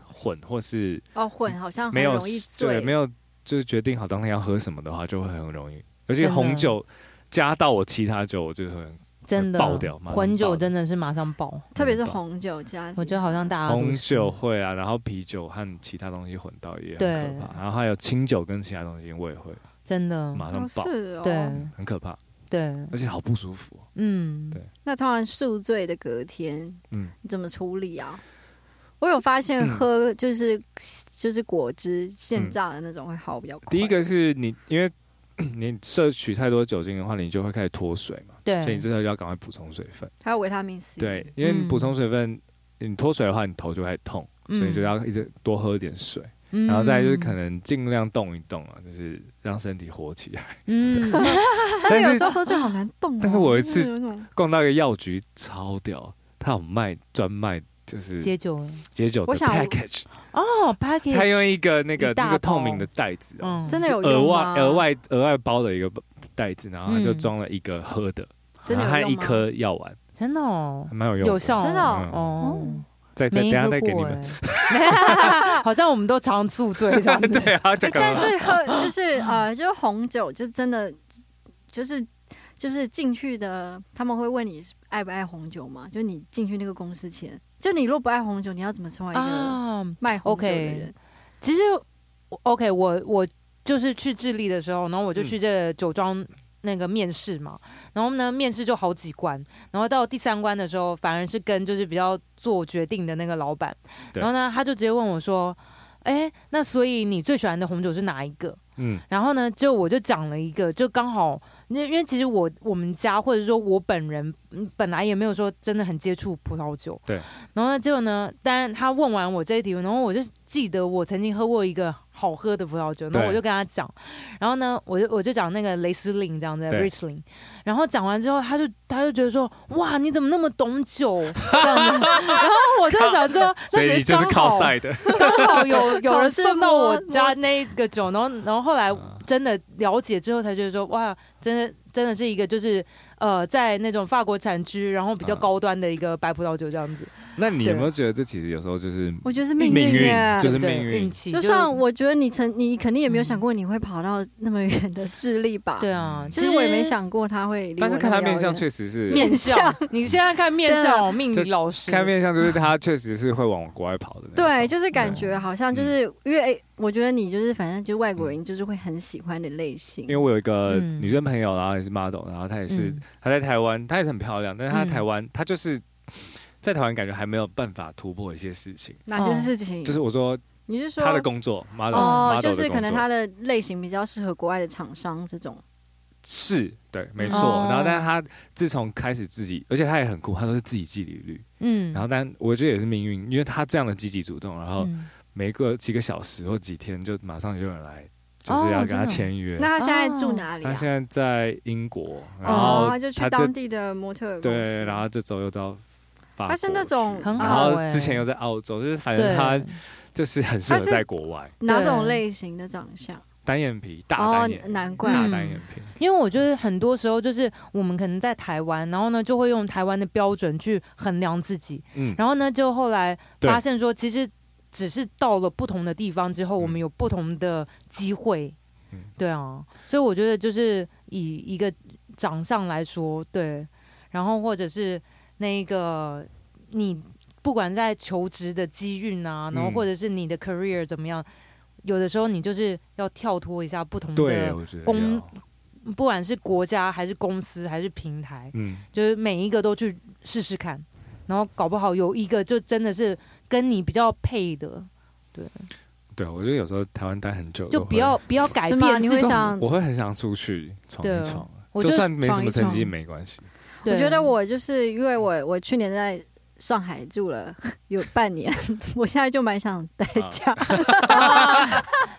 A: 混或是
B: 哦，混好像很
A: 没有
B: 容易
A: 对
B: 醉，
A: 没有就是决定好当天要喝什么的话，就会很容易，而且
C: 真的
A: 红酒加到我其他酒，我就很
C: 真的
A: 爆掉马上
C: 混酒
A: 爆掉
C: 真的是马上爆。
B: 特
A: 嗯
B: 别是红酒加，
C: 我觉得好像大家都
A: 红
C: 是
A: 酒会啊，然后啤酒和其他东西混到也很
C: 对
A: 可怕，然后还有清酒跟其他东西我也会
C: 真的
A: 马上
B: 哦
A: 爆，
B: 是哦，
C: 对
A: 很可怕，
C: 嗯对，
A: 而且好不舒服哦。
C: 嗯，
A: 对
B: 那通常宿醉的隔天，
A: 嗯
B: 你怎么处理啊？我有发现
A: 嗯
B: 喝就是、就是果汁现榨的那种会好比较快。
A: 第一个是你因为你摄取太多酒精的话，你就会开始脱水嘛，
C: 对，
A: 所以你这时候就要赶快补充水分。
B: 还有维他命 C，
A: 对，，因为你
C: 嗯
A: 补充水分，你脱水的话，你头就会痛，所
C: 嗯
A: 以就要一直多喝点水，
C: 嗯
A: 然后再来就是可，能尽量动一动啊，就是让身体活起来。
C: 嗯，
B: 但
A: 但
B: 是有时
A: 是
B: 候喝醉好难动、哦。
A: 但是我有一次
B: 就是有一种
A: 逛到一个药局超屌，它有卖专卖就是
C: 解酒了
A: 解酒的
B: 我想
A: package，
C: 哦
A: 它
C: ，package，
A: 用一个那个
C: 一大
A: 那
C: 包
A: 个透明的袋子哦，
C: 嗯，
B: 真的有
A: 额
B: 用
A: 外
B: 吗
A: 额外额外包的一个袋子，然后它就
C: 嗯
A: 装了一个喝的，
B: 真
A: 然
B: 的有
A: 后还
B: 用
A: 一
B: 吗
A: 颗药丸，
C: 真的哦
A: 还，蛮有用的，
C: 有效哦，
B: 真的哦
A: 嗯
C: 哦，
A: 再再等
C: 没
A: 一
C: 喝
A: 下再给你
C: 过
A: 们。
C: 哎， 好像我们都常宿醉这样 子，
A: 对啊，这
B: 哎
A: 个
B: 但是喝就是呃，就是红酒，就真的就是就是进去的，他们会问你爱不爱红酒嘛？就你进去那个公司前，就你如果不爱红酒，你要怎么成为一个
C: 啊，
B: 卖红酒的
C: OK
B: 人？
C: 其实我 OK，我我就是去智利的时候，然后我就去这个酒庄那个面试嘛，然后呢面试就好几关，然后到第三关的时候，反而是跟就是比较做决定的那个老板，
A: 对
C: 然后呢他就直接问我说：“哎、那所以你最喜欢的红酒是哪一个？”
A: 嗯
C: 然后呢，就我就讲了一个，就刚好，因为因为其实我我们家或者说我本人嗯本来也没有说真的很接触葡萄酒，
A: 对。
C: 然后呢，结果呢，但他问完我这一题，然后我就记得我曾经喝过一个好喝的葡萄酒，然
A: 对
C: 后我就跟他讲，然后呢，我就我就讲那个雷司令这样子
A: 对
C: Riesling，然后讲完之后，他就他就觉得说，哇，你怎么那么 懂酒？这样子然后我就想说，
A: 所以
C: 那
A: 你就是
C: 刚
A: 靠
C: 好
A: 赛 的，
C: 刚好有有人送到我
B: 考
C: 家那个酒，然后然后后来
A: 啊
C: 真的了解之后才觉得说，哇，真的真的是一个就是呃，在那种法国产区，然后比较
A: 嗯
C: 高端的一个白葡萄酒这样子，
A: 那你有
C: 对
A: 没有觉得这其实有时候就是
B: 我觉得是
C: 命
B: 运
A: 运
B: 耶，
A: 就是
C: 对
A: 命运
C: 运气，
B: 就像我觉得你曾你肯定也没有想过你会跑到那么远的智利吧？
C: 对啊，
B: 嗯其实我也没想过他会离我那么
A: 但
B: 遥远。
A: 是看他面相确实是
C: 其实面相，你现在看面
B: 对
C: 相，
B: 啊
C: 哦，命理老师，
A: 看面相就是他确实是会往国外跑的那种。
B: 对，就是感觉好
A: 嗯
B: 像就是因为哎我觉得你就是反正就外国人就是会很喜欢的类型
A: 因为。我有一个
C: 嗯
A: 女生朋友，然后也是 model，然后她也是、
C: 嗯
A: 她在台湾，她也是很漂亮，但是她
C: 嗯
A: 在台湾，她就是在台湾感觉还没有办法突破一些事情，
B: 哪些事情？
A: 哦就是我说
B: 你是说
A: 她的工作 model、
B: 哦，
A: model
B: 就
A: 的
B: 是可
A: 工
B: 能
A: 作
B: 它的类型比较适合国外的厂商这种。
A: 是对，没错。
C: 哦
A: 然后，但是她自从开始自己，而且她也很酷，她都是自己记履历。
C: 嗯，
A: 然后，但我觉得也是命运，因为她这样的积极主动，然后
C: 嗯
A: 每个几个小时或几天就马上就有人来，就是要跟
C: 哦真
A: 她
C: 的
A: 签约。
B: 那他现在住哪里
A: 他
B: 啊？
A: 现在在英国，然
B: 哦，
A: 后
B: 他就去
A: 他这
B: 当地的模特儿公司
A: 对，然后这周又到法国去，
B: 他是那种
C: 很
A: 然
C: 好
A: 后
C: 欸
A: 之前又在澳洲，就是反正
C: 对，
A: 他就是很适合
B: 他是
A: 在国外，
B: 哪种类型的长相？
A: 单眼皮大
B: 哦
A: 单眼，，
B: 难怪
A: 大
C: 嗯
A: 单眼皮，
C: 因为我觉得很多时候就是我们可能在台湾，然后呢就会用台湾的标准去衡量自己，
A: 嗯，
C: 然后呢，就后来
A: 对
C: 发现说，其实只是到了不同的地方之后，
A: 嗯
C: 我们有不同的机会。
A: 嗯
C: 对啊，所以我觉得就是以一个长相来说，对，然后或者是那个你不管在求职的机运啊，然后
A: 嗯
C: 或者是你的 career 怎么样，有的时候你就是要跳脱一下不同
A: 对，
C: 的，
A: 我觉得
C: 公
A: 要
C: 不管是国家还是公司还是平台，
A: 嗯，
C: 就是每一个都去试试看，然后搞不好有一个就真的是跟你比较配的，
A: 对，我觉得有时候台湾待很久
C: 就
A: 都
C: 不
A: 会
C: 要不要改
B: 是吗
C: 变
B: 你
C: 自
B: 会
C: 己。
B: 想，
A: 我会很想出去闯
C: 对啊
A: 一闯，
C: 我
A: 就
C: 就
A: 算没什
B: 闯一
A: 么成绩
B: 闯
A: 没关系，
C: 对
B: 我觉得我就是因为我我去年在上海住了有半年， 我现在就蛮想待
A: 啊
B: 家。
C: 啊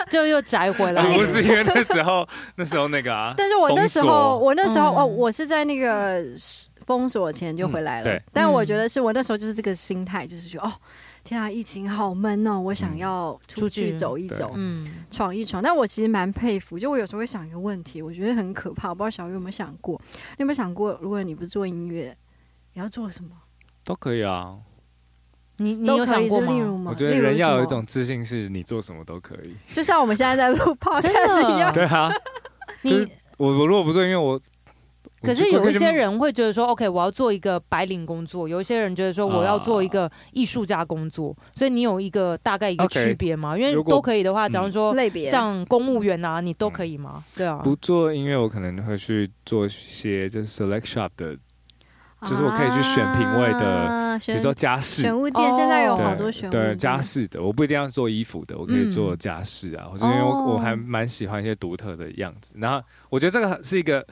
C: 就又宅回来
A: 不
C: 了。
A: 啊是因为那时候那时候那个啊，
B: 但是我那时
A: 封锁
B: 候，我那时候、
C: 嗯
B: 哦，我是在那个封锁前就回来了。
A: 嗯对
B: 但我
C: 嗯
B: 觉得是我那时候就是这个心态，就是觉得哦，天啊，疫情好闷哦，我想要出
C: 嗯出
B: 去
C: 去
B: 走一走。
C: 嗯，
B: 闯一闯。但我其实蛮佩服，就我有时候会想一个问题，我觉得很可怕，我不知道小鱼有没有想过，你有没有想过，如果你不做音乐，你要做什么？
A: 都可以啊。
C: 你你
B: 都
C: 有
B: 可
C: 想
B: 以
C: 过
B: 是
C: 吗
B: 例？如吗？
A: 我觉得
B: 例如
A: 人要有一
B: 什么，
A: 种自信，是你做什么都可以。
B: 就像我们现在在录 podcast 一样。
A: 对啊，就是
C: 你
A: 我我如果不做，因为我
C: 可是有一些，人会觉得说，OK，我要做一个白领工作；有一些人觉得说，
A: 啊
C: 我要做一个艺术家工作。所以你有一个大概一个
A: OK，
C: 区别吗？因为
A: 如果
C: 都可以的话，假如说
B: 类别
C: 像公务员啊，你都可以吗？对啊
A: 我，就不做音乐，我可能会去做一些就是 select shop 的，就是我可以去选品味的
B: 啊、
A: 比
B: 选
A: 如说家饰。
B: 选物店，现在有
C: 哦
B: 好多
A: 对
B: 选物
A: 对
B: 店
A: 家饰的，我不一定要做衣服的，我可以
C: 嗯
A: 做家饰啊，或者因为我
C: 哦
A: 我还蛮喜欢一些独特的样子。然后我觉得这个是一个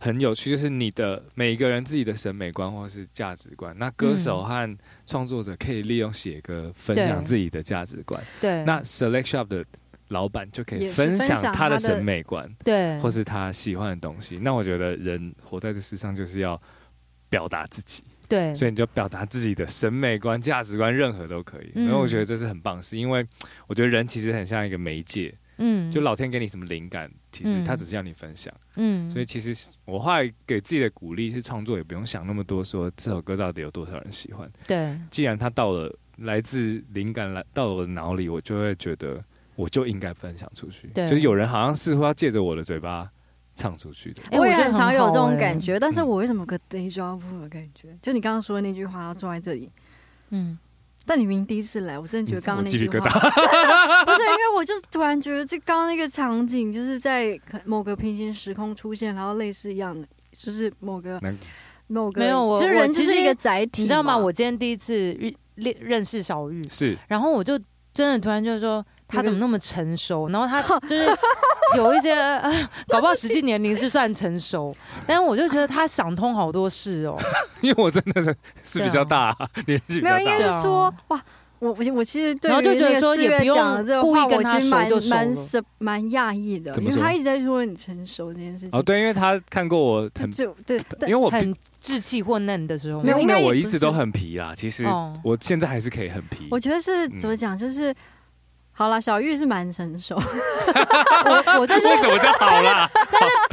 A: 很有趣，就是你的每一个人自己的审美观或是价值观。那歌手和创作者可以利用写歌分享
C: 对
A: 自己的价值观，
C: 对，
A: 那 Select Shop 的老板就可以
B: 也是分
A: 分
B: 享
A: 享他
B: 他
A: 的
B: 的
A: 审美观，
C: 对，
A: 或是他喜欢的东西。那我觉得人活在这世上就是要表达自己，
C: 对，
A: 所以你就表达自己的审美观、价值观，任何都可以。
C: 嗯
A: 然后我觉得这是很棒，是因为我觉得人其实很像一个媒介，
C: 嗯，
A: 就老天给你什么灵感，其实
C: 嗯
A: 他只是要你分享。
C: 嗯，
A: 所以其实我后来给自己的鼓励是，创作也不用想那么多，说这首歌到底有多少人喜欢。
C: 对，
A: 既然它到了来自灵感来到了我的脑里，我就会觉得我就应该分享出去。
C: 对
A: 就是有人好像似乎要借着我的嘴巴唱出去的。
C: 哎
B: 我也
C: 觉得
B: 很常有
C: 好
B: 这种
C: 哎
B: 感
A: 嗯
B: 觉，但是我为什么有个 deja vu 的感觉？就你刚刚说的那句话，要坐在这里，
C: 嗯，
B: 但你明明第一次来，我真的觉得刚刚那
A: 嗯
B: 句
A: 我鸡皮疙
B: 话， 啊不是因为我就是突然觉得这刚刚那个场景就是在可某个平行时空出现，然后类似一样的，就是某个
A: 那
B: 某个
C: 没有我
B: 就是
C: 我
B: 人就
C: 其实
B: 是一个载体嘛，
C: 你知道吗？我今天第一次遇认认识小玉，
A: 是
C: 然后我就真的突然就说他怎么那么 成熟，然后他就是有一些， 哎搞不好实际年龄是算成熟，但是我就觉得他想通好多事哦，
A: 因为我真的是是
C: 对啊
A: 比较大、 年纪比
B: 没
A: 较
B: 有，应
A: 大
B: 该
C: 因为。
B: 是说哇。我我我其实对
C: 啊然后就
B: 于
C: 觉得
B: 那个
C: 说
B: 四
C: 也
B: 月
C: 不用
B: 讲的这个
C: 故意
B: 话，
C: 跟
B: 我
C: 他
B: 其实
C: 熟
B: 蛮
C: 就熟
B: 蛮
C: 了
B: 是蛮讶异的，
A: 怎
B: 因
A: 么
B: 为
A: 说
B: 他一直在说你成熟这件事情。
A: 哦，对，因为他看过我
B: 这
A: 很，
B: 就对，但
A: 因为 我
C: 很稚气混嫩的时候
A: 没
B: 没
A: 有
B: 有
A: 没有，
B: 应该也
A: 我
B: 不
A: 一
B: 是
A: 直都很皮啦。其实
C: 哦
A: 我现在还是可以很皮。
B: 我觉得是
A: 嗯
B: 怎么讲，就是好了，小玉是蛮成 熟，
C: 我我就
A: 为什么叫好 啦？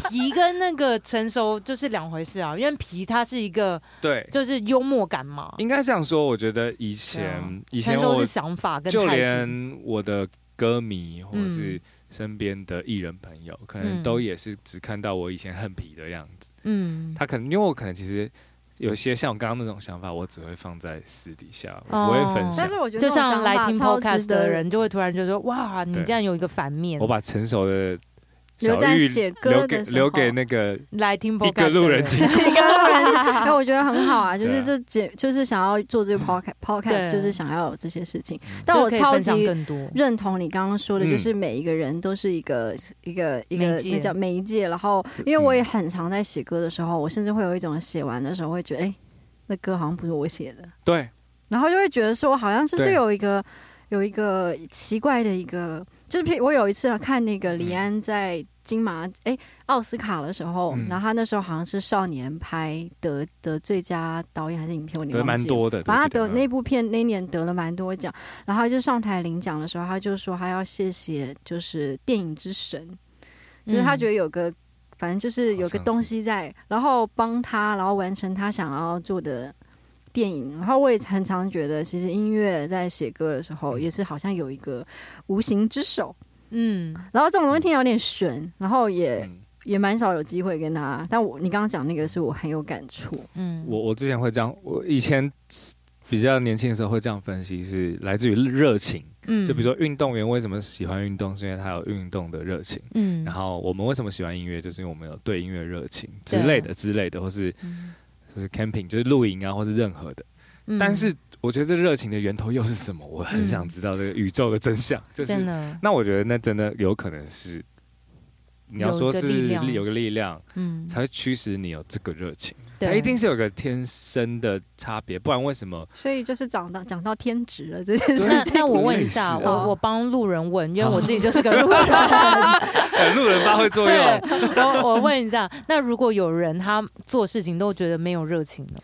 C: 皮跟那个成熟就是两回事啊，因为皮它是一个
A: 对，
C: 就是幽默感嘛，
A: 应该这样说。我觉得以前、
C: 对啊
A: 以前
C: 成熟
A: 我
C: 是想法跟
A: 就
C: 态度
A: 连我的歌迷或者是
C: 嗯
A: 身边的艺人朋友，可能都也是只看到我以前很皮的样子。
C: 嗯
A: 他可能因为我可能其实有些像我刚刚那种想法，我只会放在私底下，我
C: 哦
A: 不会分享
B: 但是。我觉得
C: 就
B: 那种想
C: 像来
B: 法
C: 听
B: 超值
C: podcast 的
B: 得
C: 人，就会突然就说：“哇，你
A: 对
C: 竟然有一个反面
A: 我把成熟的小
B: 留在
A: 玉
B: 写歌
A: 留
B: 的
A: 给
B: 时候
A: 留给那个
C: 来听
A: 一
C: podcast
A: 个
C: 的
A: 路人经过。
B: 一个路人甲，哎，我觉得很好 啊，就
A: 对
B: 是
A: 啊
B: 这节就是想要做这个 podcast podcast，
C: 对
B: 就是想要有这些事情
A: 嗯。
B: 但
C: 就
B: 我
C: 可以
B: 超
C: 分享
B: 级
C: 更多，
B: 认同你刚刚说的，
A: 嗯
B: 就是每一个人都是一个一个一个
C: 媒介
B: 那叫媒介。然后，因为我也
A: 嗯
B: 很常在写歌的时候，我甚至会有一种写完的时候会觉得，哎，那歌好像不是我写的，
A: 对，
B: 然后就会觉得说，我好像就是
A: 对
B: 有一个有一个奇怪的一个，就是譬如我有一次看那
A: 嗯
B: 个李安在金马哎奥、斯卡的时候，
A: 嗯
B: 然后他那时候好像是少年拍得得最佳导演还是影片，我有
A: 得
B: 点忘
A: 蛮
B: 记了。
A: 多的。啊
B: 反正他
A: 对
B: 得
A: 不对
B: 那部片那年得了蛮多奖，然后他就上台领奖的时候，他就说他要谢谢就是电影之神，就是他觉得有个，反正就是有个东西在，然后帮他，然后完成他想要做的电影。然后我也很常觉得，其实音乐在写歌的时
A: 嗯
B: 候，也是好像有一个无形之手。
C: 嗯，
B: 然后这种东西听起来有点悬，然后也、
A: 嗯
B: 也蛮少有机会跟他。但我你刚刚讲那个是我很有感触，
C: 嗯
A: 我我之前会这样，我以前比较年轻的时候会这样分析，是来自于热情。
C: 嗯
A: 就比如说运动员为什么喜欢运动，是因为他有运动的热情。
C: 嗯
A: 然后我们为什么喜欢音乐，就是因为我们有对音乐热情之
B: 啊
A: 类的之类的，或是
C: 嗯
A: 就是 camping，就是露营啊，或是任何的。
C: 嗯
A: 但是我觉得这热情的源头又是什么？我
B: 嗯
A: 很想知道这个宇宙的真相。就
C: 真
A: 是
C: 的，
A: 那我觉得那真的有可能是。你要说
C: 有一个力
A: 是
C: 量
A: 有个力量，
C: 嗯，
A: 才会驱使你有这个热情。
C: 对
A: 它一定是有个天生的差别，不然为什么？
B: 所以就是讲到讲到天职了这件事
A: 对
C: 那
B: 情。
C: 那我问一
A: 类
C: 下，
A: 哦
B: 似啊
C: 我我帮路人问，因为我自己就是个 路人。
A: 呃路人发挥作
C: 对
A: 用，，
C: 我我问一下，那如果有人他做事情都觉得没有热情呢？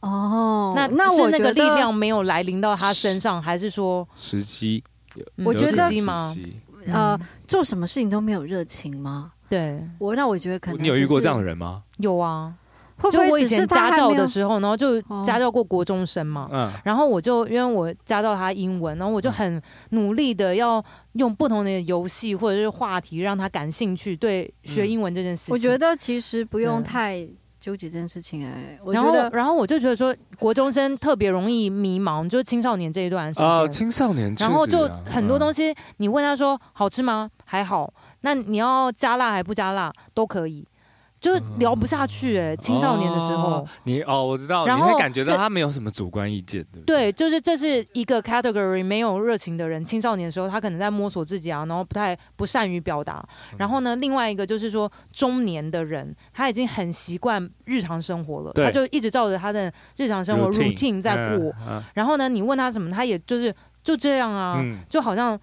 B: 哦
C: 那
B: 那
C: 是
B: 我
C: 那个
B: 觉
C: 力
B: 得
C: 量没有来临到他身上，还是说，
A: 时机，
B: 我觉得
A: 有时
C: 吗
A: 机
B: 呃
C: 嗯，
B: 做什么事情都没有热情吗？
C: 对，
B: 我那我觉得可能
A: 你有遇过
B: 只是
A: 这样的人吗？
C: 有啊，
B: 会不
C: 就我
B: 会
C: 以
B: 只是
C: 前
B: 他
C: 家
B: 还
C: 教
B: 没有
C: 的时候，然后就
B: 哦
C: 家教过国中生嘛，
A: 嗯，
C: 然后我就因为我家教他英文，然后我
B: 嗯
C: 就很努力的要用不同的游戏或者是话题让他感兴趣，对学英文这件事情。
B: 我觉。得其实不
C: 嗯
B: 用太纠结这件事情哎、我
C: 然
B: 觉
C: 后
B: 得，
C: 然后我就觉得说，国中生特别容易迷茫，就是青少年这一段时间。
A: 啊，青少年确实啊，
C: 然后就很多
A: 西
C: 东西，你问他说好吃吗？还好。那你要加辣还不加辣都可以，就是聊不下去哎、青少年的时候。
A: 你嗯哦，我知道，
C: 然
A: 你会
C: 后
A: 感觉到
C: 这
A: 他没有什么主观意见，对不
C: 对，就是这是一个 category 没有热情的人，青少年的时候他可能在摸索自己啊，然后不太不善于表达。
A: 嗯
C: 然后呢，另外一个就是说中年的人，他已经很习惯日常生活了，
A: 对
C: 他就一直照着他的日常生活 routine 在过。，啊
A: 嗯
C: 然后呢，你问他什么，他也就是就这样啊，
A: 嗯
C: 就好像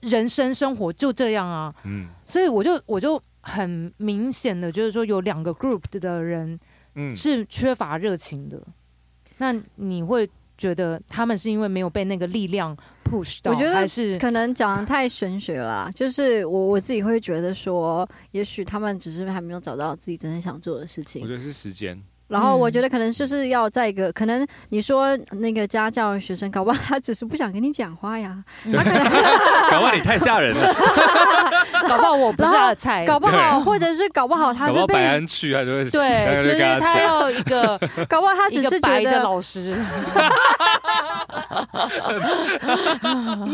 C: 人生生活就这样啊。
A: 嗯
C: 所以我就我就很明显的就是说，有两个 group 的人
A: 嗯，
C: 是缺乏热情的。那你会觉得他们是因为没有被那个力量 push 到，
B: 我觉得
C: 还是
B: 可能讲的太玄学了啦，就是我我自己会觉得说，也许他们只是还没有找到自己真正想做的事
A: 我
B: 情。
A: 觉得是时间，
B: 然后
C: 嗯
B: 我觉得可能就是要在一个，可能你说那个家教学生，搞不好他只是不想跟你讲话呀，
C: 嗯
A: 搞不好你太吓人了，
C: 搞不好我不是他的菜，
B: 搞不好
A: 对
B: 或者是搞不好
A: 搞
B: 他
A: 不
B: 是
A: 好白
B: 被，
A: 安去啊他就会
C: 对，就
A: 就是跟他
C: 他
A: 讲，
C: 要一个
B: 搞不 好他只
C: 一
B: 是
C: 个
B: 觉
C: 白的
B: 得
C: 老师，嗯
A: 啊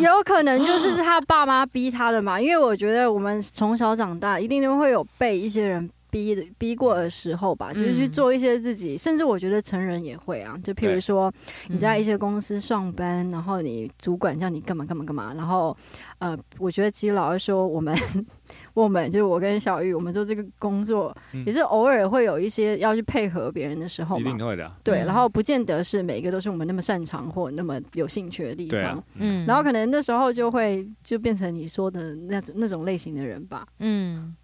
B: 有可能就是是他爸妈逼他的嘛，因为我觉得我们从小长大，一定都会有被一些人逼的逼过的时候吧，就是去
C: 嗯
B: 做一些自己，甚至我觉得成人也会啊，就譬如
A: 对
B: 说你在一
C: 些
B: 些公司上班，然后你主管叫你干嘛干嘛干嘛，然后呃，我觉得基老师说我们 我们就是我跟小玉，我们做这个工作、
A: 嗯
B: 也是偶尔会有一些要去配合别人的时候
A: 一
B: 嘛
A: 定，会的啊，
B: 对，
C: 嗯
B: 然后不见得是每一个都是我们那么擅长或那么有兴趣的地
A: 对
B: 方。
A: 啊，嗯，
C: 嗯
B: 然后可能那时候就会就变成你说的那种那种类型的人吧。
C: 嗯，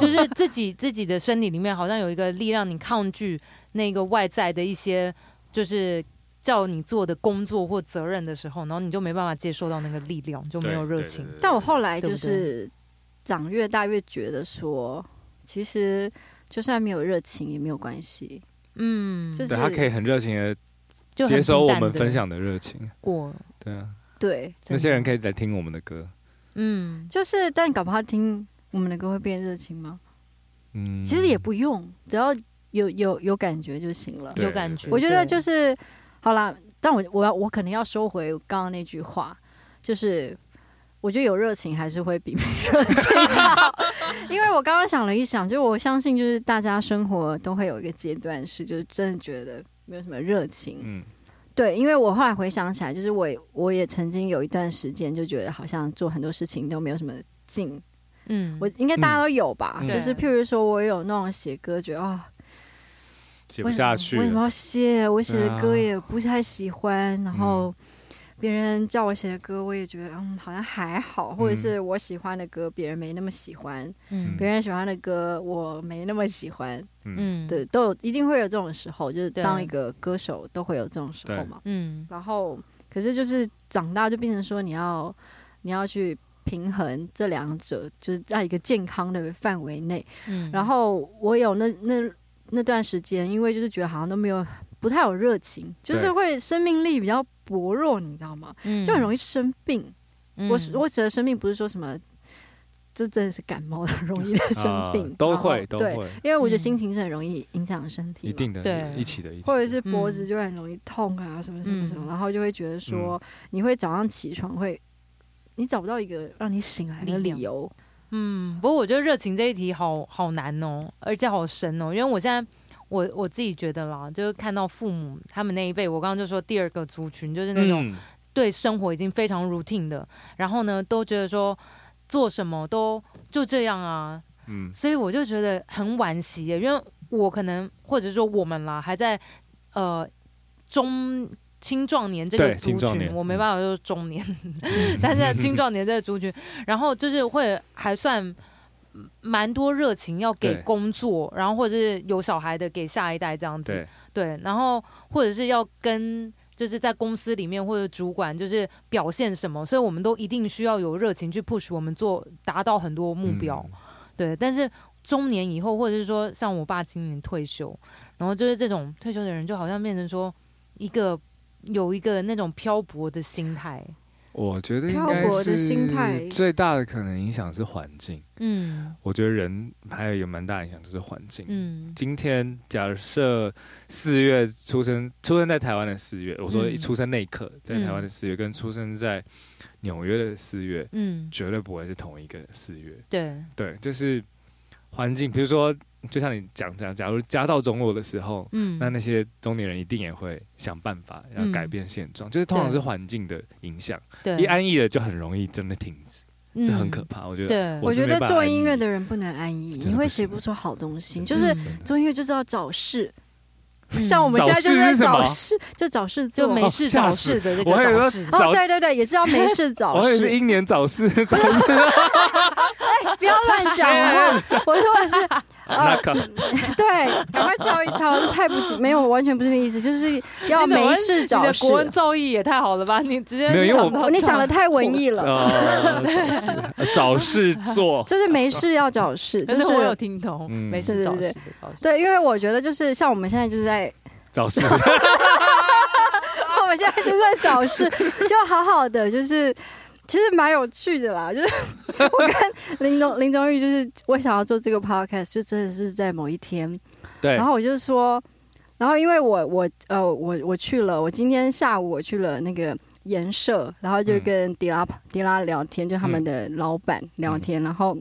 C: 就是自己自己的身体里面好像有一个力量，你抗拒那个外在的一些就是叫你做的工作或责任的时候，然后你就没办法接受到那个力量，就没有热情。
B: 但我后来
C: 对
B: 就
C: 不对
B: 是长越大越觉得说，其实就算没有热情也没有关系，
C: 嗯，
B: 就
A: 对他可
B: 是
A: 以很热情的
C: 就很
A: 接收我
C: 平淡
A: 们
C: 地
A: 分享的热情，
C: 过，
A: 对啊，
B: 对，
A: 那些人
C: 以，
A: 可以来听我们的歌，
C: 嗯，
B: 就是但搞不好听我们的歌会变热情吗？
A: 嗯，
B: 其实也不用，只要有有有感觉就行了。
A: 对
C: 有感觉
A: 对
B: 我觉得
C: 嗯对
B: 就是好啦，但我我要我可能要收回刚刚那句话，就是我觉得有热情还是会比没热情好， 因为我刚刚想了一想，就是我相信就是大家生活都会有一个阶段是，就是真的觉得没有什么热情，
A: 嗯，
B: 对，因为我后来回想起来，就是我也我也曾经有一段时间就觉得好像做很多事情都没有什么劲，
C: 嗯，
B: 我应该大家都有吧，
A: 嗯
B: 就是譬
C: 对
B: 如说我有那种写歌，觉得啊。
A: 写
B: 为
A: 不
B: 什么
A: 下去啊
B: 为什么
A: 了，
B: 要写？我写的
A: 对
B: 歌
A: 啊嗯
B: 也不太喜欢，然后别人叫我写的歌，我也觉得嗯好像还好，
A: 嗯
B: 或者是我喜欢的歌别人没那么喜欢，
C: 嗯
B: 别人喜欢的歌我没那么喜欢，
A: 嗯，
C: 嗯，
B: 对，都有一定会有这种时候，就是
C: 对
B: 当一个歌手都会有这种时候嘛。
C: 嗯，
B: 然后可是就是长大就变成说你要你要去平衡这两者，就是在一个健康的范围内。
C: 嗯，
B: 然后我有那那那段时间，因为就是觉得好像都没有不太有热情，就是
A: 对
B: 会生命力比较薄弱，你知道吗？
C: 嗯
B: 就很容易生病。
C: 嗯
B: 我我指的生病不是说什么，这真的是感冒很 容易的生
A: 啊
B: 病，
A: 都
B: 然后
A: 会都
B: 对，
A: 会，
B: 因为我觉得
C: 嗯
B: 心情是很容易影响身体，
A: 一。定嗯的，
C: 对
A: 一起的，一起的，
B: 或者是脖子就会很容易痛啊，什么什么什么，
C: 嗯
B: 然后就会觉得
A: 嗯
B: 说，你会早上起床会，你找不到一个让你醒来的
C: 力量
B: 理由，
C: 嗯，不过我觉得热情这一题好好难哦，而且好深哦，因为我现在我我自己觉得啦，就是看到父母他们那一辈，我刚刚就说第二个族群就是那种
A: 嗯
C: 对生活已经非常 routine 的，然后呢都觉得说做什么都就这样啊，
A: 嗯，
C: 所以我就觉得很惋惜耶，因为我可能或者说我们啦，还在呃中青壮年这个
A: 对
C: 族
A: 青壮
C: 群，
A: 年
C: 我没
A: 嗯
C: 办法说中年， 但是青壮年这个族群，然后就是会还算。蛮多热情要给
A: 对
C: 工作，然后或者是有小孩的给下一代这样子，
A: 对
C: 对，然后或者是要跟就是在公司里面或者主管就是表现什么，所以我们都一定需要有热情去 push 我们做达到很多
A: 嗯
C: 目标。对，但是中年以后，或者是说像我爸今年退休，然后就是这种退休的人就好像变成说一个有一个那种漂泊的心态。
A: 我觉得应
B: 漂
A: 该
B: 泊的心态
A: 是最大的可能影响是环境。
C: 嗯
A: 我觉得人还有一个蛮大的影响就是环境。
C: 嗯
A: 今天假设四月出生，出生在台湾的四月，我说
C: 嗯
A: 出生那一刻在台湾的四月，跟出生在纽约的四月，
C: 嗯，
A: 绝对不会是同一个四月。
C: 对，
A: 对，就是环境，比如说，就像你讲讲，假如家道中落的时候，
C: 嗯
A: 那那些中年人一定也会想办法要改变现状，就是通常是环境的影响，
C: 嗯对，
A: 一安逸了就很容易真的停止，
C: 嗯
A: 这很可怕。我觉得，
C: 对，
A: 我
B: 我
A: 是
B: 觉
A: 没
B: 得
A: 办法
B: 做
A: 安
B: 音乐
A: 逸
B: 的人不能安逸，
A: 真的
B: 你会
A: 不
B: 写
A: 行嗯
B: 不出好东
A: 真
B: 西。就
A: 的
B: 是
A: 真的
B: 做音乐就是要找事，
C: 嗯
B: 像我们现在就是在
A: 找事是什
B: 找
A: 么
B: 事，就找事做。
C: 就没
A: 哦
C: 事
A: 吓
C: 找
A: 死
C: 事的这
A: 我还以
C: 个
A: 为
C: 找
A: 说
C: 事，
A: 找
B: 哦，对对对，也是要没事找
A: 我也是
B: 事。
A: 英年早逝，早逝
B: 哎，不要乱 讲话！我说的是，
A: 那
B: 呃，
A: 可
B: 对，赶快敲一敲，这太不及没有，完全不是那意思，就是要
C: 你怎么
B: 没事
C: 你
B: 找
C: 的
B: 事
C: 国。文造诣也太好了吧？你直接
A: 啊没有因为我
C: 想到
B: 你想的太文艺了，
A: 呃早逝 呃早逝做，
B: 就是没事要找事，就
C: 真的我有
B: 是
C: 听懂，
A: 嗯
C: 没
B: 对
C: 事
B: 对
C: 找事
B: 对
C: 的找事。
B: 对，因为我觉得就是像我们现在就是在
A: 早逝
B: 我们现在就在找事，就好好的，就是其实蛮有趣的啦。就是 我跟林宗林宗玉，就是我想要做这个 podcast，就真的是在某一天，
A: 对
B: 然，后我就说，然后因为我我呃我我去了，我今天下午我去了那个研社，然后就
A: 嗯
B: 跟迪拉、迪拉聊天，就他们的老板聊天，然后。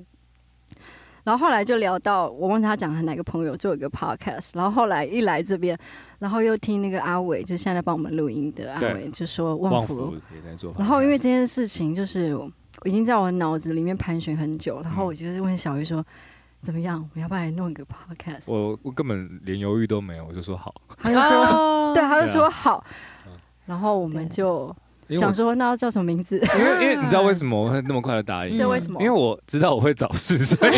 B: 然后后来就聊到，我忘记他讲他哪个朋友做一个 podcast，然后后来一来这边，然后又听那个阿伟，就现在帮我们录音的阿
A: 对
B: 伟，就说
A: 旺
B: 旺福
A: 福也在做，
B: 然后因为这件事情，就是我已经在我脑子里面盘旋很久，然
A: 嗯
B: 后我就是问小鱼说，怎么样，我们要不要来弄一个 podcast？
A: 我我根本连犹豫都没有，我就说好，
B: 他就 说，
C: 哦
B: 对，他就
A: 对啊
B: 说好
A: 嗯，
B: 然后我们
C: 对
B: 就
A: 因为我
B: 想说那要叫什么名字？
A: 因为因为你知道为什么我会那么快的答应吗？
B: 对，为什么？
A: 因为我知道我会早逝，所以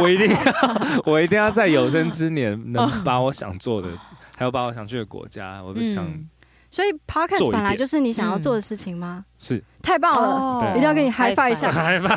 A: 我一定要， 我一定要在有生之年能把我想做
B: 嗯
A: 的，还有把我想去的国家，我就想、
C: 嗯
B: 所以
A: 做
B: podcast
A: 一
B: 本来
A: 遍
B: 就是你想要做的事情吗？
A: 是
B: 太棒了！
C: 哦
A: 对
B: 一定要跟你 high five
C: high
B: 一下
A: 害
C: five
A: 怕，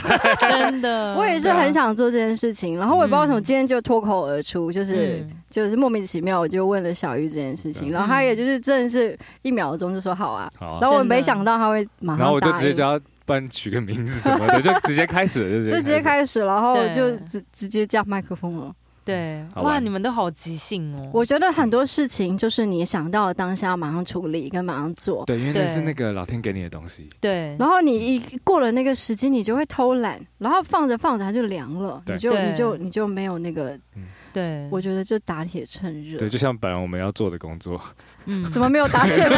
C: 真的，
B: 我也
A: 啊
B: 是很想做这件事情，然后我也不知道为什么今天就脱口而出，就是
C: 啊嗯
B: 就是莫名其妙我就问了小玉这件事情，
A: 嗯
B: 然后他也就是真的是一秒钟就说好啊，
A: 好啊、
B: 然后我
C: 真的
B: 没想到他会马上
A: 然后我就
B: 答
A: 直接
B: 应
A: 叫他帮取个名字什么的，就直接开始了，
B: 就
A: 就
B: 直接
A: 始。
B: 开始，然后
C: 对
B: 就直直接架麦克风了。
C: 对，
A: 好玩
C: 哇，你们都好即兴哦。
B: 我觉得很多事情就是你想到了当下马上处理跟马上做，
A: 对，因为那
C: 对
A: 是那个老天给你的东西，
C: 对，
B: 然后你一过了那个时机，你就会偷懒，然后放着放着它就凉了，
A: 对
B: 你就
C: 对
B: 你就你就没有那个，
C: 对，
B: 我觉得就打铁趁热。
A: 对，就像本来我们要做的工作，
C: 嗯
B: 怎么没有打铁趁热？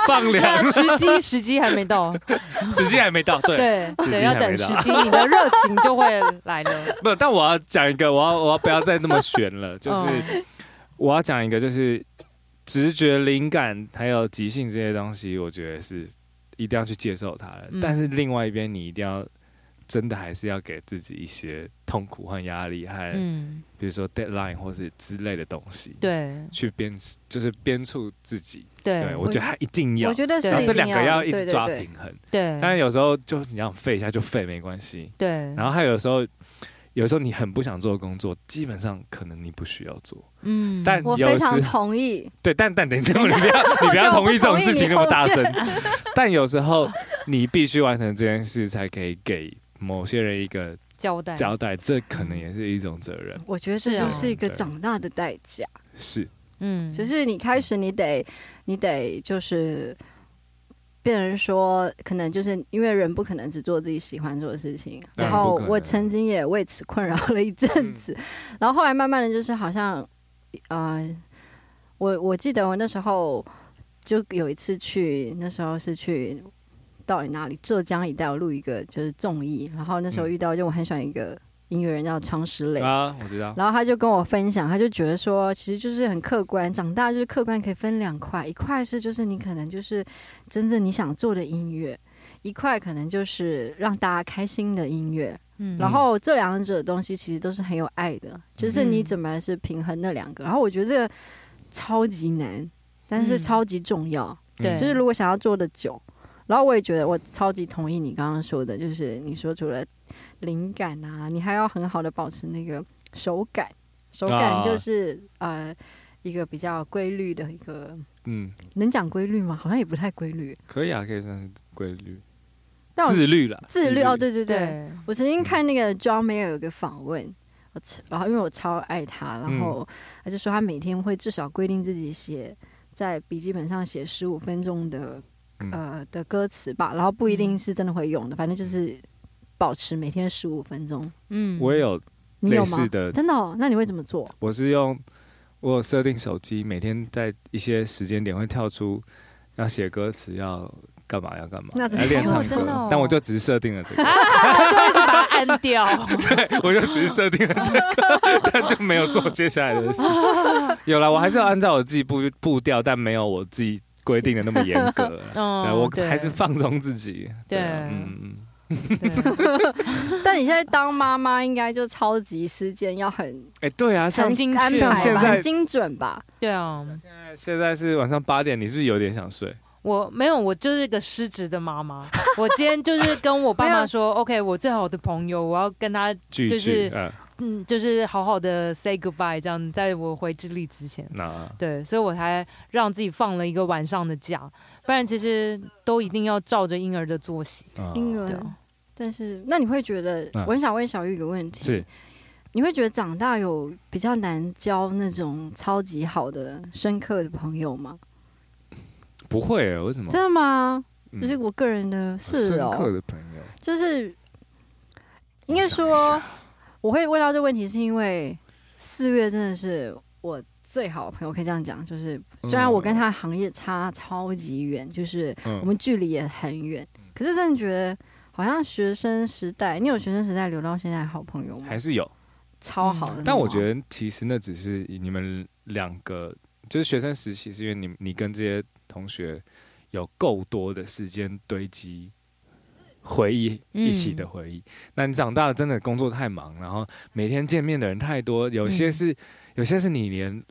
A: 放凉，
C: 那时机时机还没到，
A: 时机还没到，对，
C: 对
A: 时
C: 对，
A: 机还
C: 要
A: 没
C: 等
A: 到
C: 时机，你的热情就会来了。
A: 不，但我要讲一个，我要我要不要再那么悬了， 就是
C: 嗯
A: 我要讲一个，就是直觉、灵感还有即兴这些东西，我觉得是一定要去接受它的。
C: 嗯
A: 但是另外一边，你一定要真的还是要给自己一些痛苦和压力，还
C: 嗯，
A: 比如说 deadline 或是之类的东西，，
C: 对
A: 去鞭就是鞭促自己。对，
C: 对
A: 我觉得它一定要
B: 我。觉得是
A: 然后
B: 一
A: 这
B: 定
A: 两个要
B: 要
A: 一直
B: 对
A: 抓
B: 对
A: 平衡，
C: 对，
A: 但是有时候就你想废一下就废没关系，
C: 对，
A: 然后还有时候，有时候你很不想做的工作，基本上可能你不需要做。
C: 嗯，
A: 但
B: 对，我
A: 有
B: 非
A: 时
B: 常同意。
A: 对，但但你你不要你不要同意这种事情那么大声。但有时候你必须完成这件事，才可以给某些人一个
C: 交
B: 哎
C: 代
A: 交代。这可
B: 嗯
A: 能也是一种责任，
B: 我觉得这
C: 是啊
B: 就是一个
A: 对
B: 长大的代价，
A: 是
C: 嗯，
B: 就是你开始你得你得就是。变成说，可能就是因为人不可能只做自己喜欢做的事情。
A: 当然
B: 然后
A: 不可能
B: 我曾经也为此困扰了一阵 子，然后后来慢慢的就是好像，呃，我我记得我那时候就有一次去，那时候是去
A: 嗯
B: 到底哪里浙江一带，我录一个就是综艺，然后那时候遇到就我很喜欢一个音乐人叫常石磊，
A: 啊，我知道，
B: 然后他就跟我分享，他就觉得说，其实就是很客观，长大就是客观可以分两块，一块是就是你可能就是真正你想做的音乐，一块可能就是让大家开心的音乐。
C: 嗯
B: 然后这两者的东西其实都是很有爱的，就是
C: 嗯
B: 你怎么是平衡那两个。然后我觉得这个超级难，但是
C: 嗯
B: 超级重要，
A: 嗯
C: 对
B: 就是如果想要做的久。然后我也觉得我超级同意你刚刚说的，就是你说除了灵感啊，你还要很好的保持那个手感，手感
A: 啊
B: 就是、呃一个比较规律的一个，
A: 嗯，
B: 能讲规律吗？好像也不太规律，
A: 可以啊，可以算是规律、
B: 但我
A: 自律了，
B: 自律哦，对对对
C: 对，
B: 我曾
A: 嗯
B: 经看那个 John Mayer 有个访问，我超然后因为我超爱他，
A: 嗯
B: 然后他就说他每天会至少规定自己写在笔记本上写十五分钟的
A: 嗯
B: 呃的歌词吧，然后不一定是真的会用的，反正就是保持每天十五分钟。
C: 嗯
A: 我也有，
B: 你有
A: 类
B: 吗
A: 似？的
B: 真的哦？那你会怎么做？
A: 我是用我有设定手机，每天在一些时间点会跳出要写歌词，要干嘛要干嘛，
B: 那真的
A: 要练唱
C: 哦真的哦
A: 歌，但我就只是设定了这个。
C: 把它按 掉。
A: 我就只是设定了这个，但就没有做接下来的事。有了，我还是要按照我自己步步调，但没有我自己规定的那么严格。
C: 嗯
A: 对，我
C: 对
A: 还是放松自己。
C: 对
A: 嗯嗯，
C: 对
B: 但你现在当妈妈应该就超级时间 要很
A: 哎，对啊，像
C: 曾经
B: 安
A: 像
B: 排
A: 现
B: 吧，
A: 在
B: 很精准吧？
C: 对啊，
A: 现在是晚上八点，你是不是有点想睡？
C: 我没有，我就是个失职的妈妈。我今天就是跟我爸
B: 没
C: 妈
B: 有
C: 说，OK，我最好的朋友，我要跟他，
A: 聚一
C: 就是
A: 聚，嗯，
C: 嗯，就是好好的 say goodbye，这样，在我回智利之前。
A: 那啊
C: 对，所以我才让自己放了一个晚上的假，不然其实都一定要照着婴儿的作息。
A: 嗯
B: 婴
C: 对
B: 儿
C: 啊。
B: 但是，那你会觉得，
A: 嗯
B: 我很想问小玉一个问题，
A: 是
B: 你会觉得长大有比较难交那种超级好的、深刻的朋友吗？
A: 不会？欸为什么？
B: 真的吗？
A: 嗯
B: 就是我个人的事
A: 深刻
B: 哦，
A: 的朋友，
B: 就是应该
A: 我想
B: 说
A: 一下，
B: 我会问到这个问题，是因为四月真的是我最好的朋友，可以这样讲，就是虽然我跟他行业差超级远，就是我
A: 嗯嗯，
B: 们距离也很远，可是真的觉得好像学生时代，你有学生时代留到现在的好朋友吗
A: 还？是有。
B: 超好啊的，
A: 但我觉得其实那只是你们两个，就是学生实习，是因为你你跟这些同学有够多的时间堆积回忆，
C: 嗯
A: 一起的回忆。那你长大了，真的工作太忙，然后每天见面的人太多，有
B: 嗯
A: 些是、有些是你连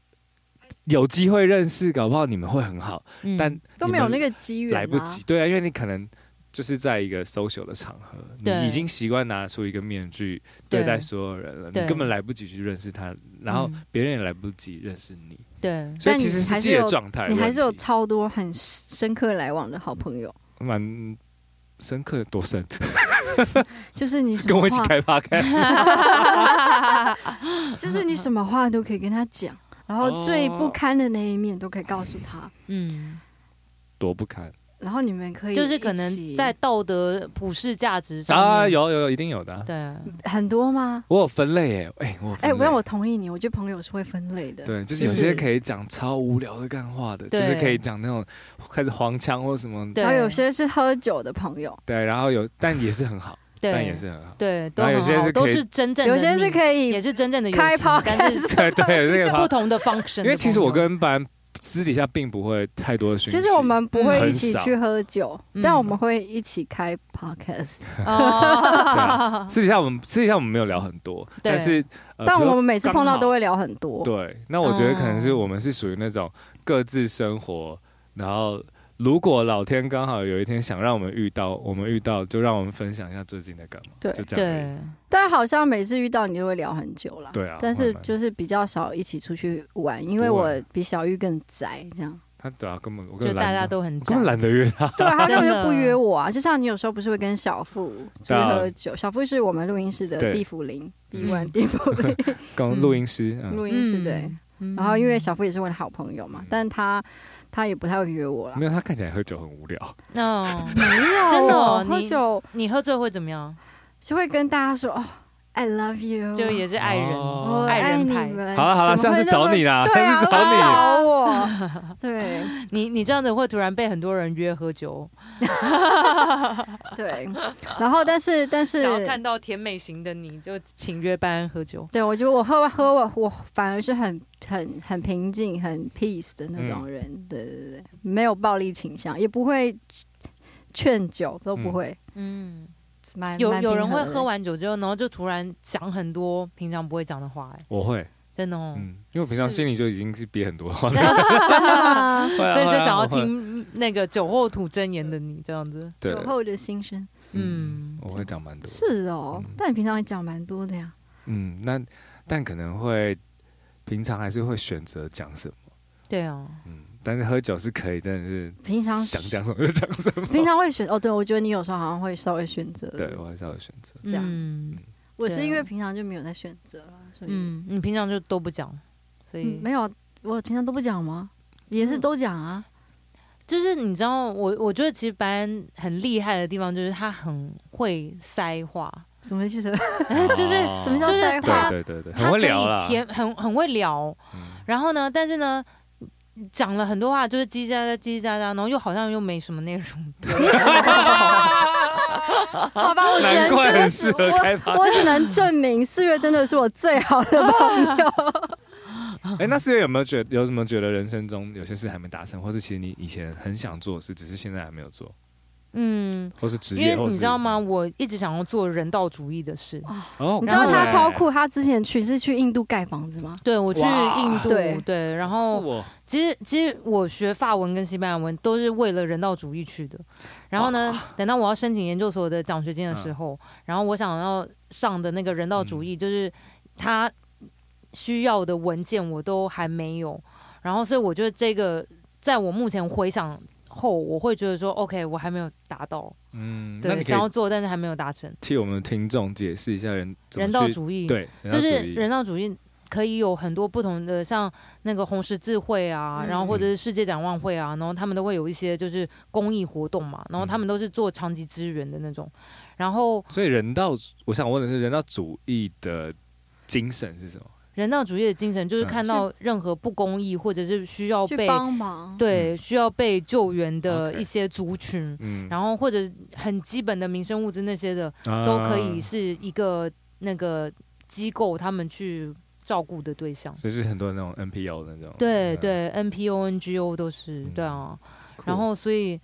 A: 有机会认识，搞不好你们会很好，
C: 嗯
A: 但
B: 都没有那个机缘、啊，
A: 来不及。对啊，因为你可能就是在一个 social 的场合，
C: 对
A: 你已经习惯拿出一个面具
C: 对
A: 对待所有人了，
C: 对
A: 你根本来不及去认识他，然后
C: 嗯
A: 别人也来不及认识你，
C: 对，
A: 所以
B: 但你
A: 其实是
B: 还
A: 自
B: 是
A: 己的
B: 有
A: 状态问
B: 你
A: 题，
B: 还是有超多很深刻来往的好朋友，
A: 蛮深刻的多深，
B: 就是你什
A: 跟
B: 么
A: 我一起
B: 话，
A: 开 podcast，
B: 就是你什么话都可以跟他讲，然后最不堪的那一面都可以告诉
A: 哦
B: 他，
C: 嗯，
A: 多不堪
B: 然后你们可以
C: 就是可
B: 一
C: 能
B: 起
C: 在道德普世价值上面
A: 啊，有有有一定有的啊、
C: 对，
B: 很多吗？
A: 我有分类耶，哎、我有
B: 哎、
A: 分类
B: 不然我同意你，我觉得朋友是会分类的。
A: 对，就是
B: 就
A: 有些
B: 是
A: 可以讲超无聊的干话的，就是
C: 对
A: 可以讲那种开始黄腔或什么，
C: 对
B: 然后有些是喝酒的朋友，
A: 对，然后有但也是很好，
C: 对，
A: 但也是很好。
C: 对，都
A: 然后有
C: 很
A: 些
C: 好
A: 是
C: 都
A: 可以
C: 是真正的
B: 有
C: 你，
B: 些是可
C: 也
B: 以
C: 是真正的友
B: 开
C: 情但是
B: podcast。
A: 对对， 这个
C: 不
A: 好。
C: 同的 function 的朋友。
A: 因为其实我跟班私底下并不会太多的讯息，
B: 其实我们不会
A: 嗯
B: 一起去喝酒，
C: 嗯
B: 但我们会一起开 podcast、
C: 哦
A: 啊私底下我们私底下我们没有聊很多，
C: 对
A: 但是、呃
B: 但
A: 比如
B: 我
A: 说
B: 们哦每次碰
A: 刚
B: 到
A: 好
B: 都会聊很多。
A: 对，那我觉得可能是我们是属于那种各自生活，然后如果老天刚好有一天想让我们遇到，我们遇到就让我们分享一下最近在干嘛，
B: 对
A: 就 这样而已。
C: 对
B: 但好像每次遇到你都会聊很久啦。
A: 对啊
B: 但
A: 会
B: 是
A: 蛮
B: 就是比较少一起出去玩，因为
A: 不
B: 我
A: 会
B: 比小玉更宅，这样。
A: 他对啊，根本我根
C: 就
A: 本
C: 大家
A: 懒得，
C: 都很
A: 我根本
C: 宅
A: 懒得约 他，
B: 对啊，他根本
C: 真
B: 就
C: 的
B: 不约我啊。就像你有时候不是会跟小付出去
A: 对啊
B: 喝酒，小付是我们录音室的
A: 对
B: 地府林，
C: 嗯
B: 亿万 地府林
A: 跟录音师，嗯
B: 录音室
C: 嗯
B: 对。
C: 嗯
B: 然后因为小付也是我的好朋友嘛，但他他也不太会约我啦。
A: 没有他看起来喝酒很无聊，
C: 嗯，
B: 没有
C: 真的哦
B: 喝
C: 你
B: 酒
C: 你喝醉会怎么
B: 哦
C: 样？
B: 就会跟大家说哦，I love you，
C: 就也是爱人，
A: 哦
B: 我
C: 爱
B: 爱
C: 人
B: 你
C: 牌
B: 们。
A: 好了好了，
B: 怎
A: 下
B: 么会
A: 次
B: 那么
A: 找你啦，
B: 对啊，
A: 下次
B: 怎么
A: 找
B: 会
A: 你。
B: 找我 哦，对
C: 你你这样子会突然被很多人约喝酒，
B: 对，然后但是但是
C: 想要看到甜美型的你就请约班喝酒。
B: 对，我觉得我喝喝我我反而是很很很平静、很 peace 的那
A: 嗯
B: 种人，对对对，没有暴力倾向，也不会劝酒，都不会。
C: 嗯，
B: 蛮
C: 有
B: 蛮
C: 有人
B: 平和
C: 会
B: 的
C: 喝完酒之后，然后就突然讲很多平常不会讲的话、哎，
A: 我会，
C: 真的哦。
A: 嗯，因为我平常心里就已经是憋很多话了，
B: 真 的吗？
A: 会啊
C: 所以就
A: 会啊
C: 想要
A: 我会
C: 听那个酒后吐真言的你这样子，
A: 对
B: 酒，后的心声
A: 嗯
C: 嗯，
A: 我会讲蛮多，
B: 是哦
A: 嗯，
B: 但你平常也讲蛮多的呀。
A: 嗯，那但可能会平常还是会选择讲什么，
C: 对啊，
A: 嗯，但是喝酒是可以，真的是
B: 平常
A: 想讲什么就讲什么，
B: 平常会选哦，对我觉得你有时候好像会稍微选择。
A: 对哦我还是要有选择，
B: 这样
C: 嗯
B: 我是
C: 对啊
B: 因为平常就没有在选择了，所以
C: 嗯，你平常就都不讲，所以
B: 嗯没有，我平常都不讲吗？也
C: 嗯
B: 是都讲啊，
C: 就是你知道，我我觉得其实白安很厉害的地方就是他很会塞话，
B: 什么意思？
C: 就是
A: 哦
B: 什么叫
C: 就是
B: 塞话
C: 他
A: 对对对对，
C: 他
A: 很
C: 可
A: 会
C: 以
A: 聊啦，
C: 甜很很会聊，
A: 嗯
C: 然后呢，但是呢。讲了很多话，就是叽叽喳喳、叽叽喳喳，然后又好像又没什么内容。
B: 好吧，我只能
A: 难怪
B: 我
A: 很
B: 只
A: 适合开发
B: 我。我只能证明四月真的是我最好的朋 友。
A: 哎，那四月有没有觉有什么觉得人生中有些事还没达成，或是其实你以前很想做的事，只是现在还没有做，
C: 嗯，
A: 或是职
C: 因
A: 业，
C: 为
A: 或是
C: 你知道吗？？我一直想要做人道主义的事。
A: 哦，
B: 你知道
A: 酷
B: 他
A: 欸
B: 超酷，他之前去是去印度盖房子吗？
C: 对，我去
A: 哇
C: 印度，
B: 对
C: 对，然后
A: 酷哦
C: 其实其实我学法文跟西班牙文都是为了人道主义去的。然后呢，等到我要申请研究所的奖学金的时候，
A: 嗯
C: 然后我想要上的那个人道主义，就是他需要的文件我都还没有。然后所以我觉得这个，在我目前回想后，我会觉得说，OK，我还没有达到，
A: 嗯，那
C: 对，
A: 你可
C: 想要
A: 以
C: 做，但是还没有达成。
A: 替我们的听众解释一下人怎么
C: 人道
A: 去
C: 主义，
A: 对，人道
C: 就
A: 主
C: 是
A: 义
C: 人道主义可以有很多不同的，像那个红十字会啊，
B: 嗯
C: 然后或者是世界展望会啊，然后他们都会有一些就是公益活动嘛，然后他
A: 嗯
C: 们都是做长期支援的那种。然后
A: 所以人道，我想问的是人道主义的精神是什么？
C: 人道主义的精神就是
A: 嗯
C: 看到任何不公益或者是需要
B: 去
C: 哦被
B: 帮忙。
C: 对需要被救援的
A: OK
C: 一些族群，
A: 嗯，
C: 然后或者很基本的民生物资那些的，
A: 啊
C: 都可以，是一个那个机构他们去照顾的对象。
A: 所以是很多那种 NPO 的那种，
C: 对
A: 嗯，
C: 对，NPO、NGO 都是对啊。
A: 酷
C: 然后所以，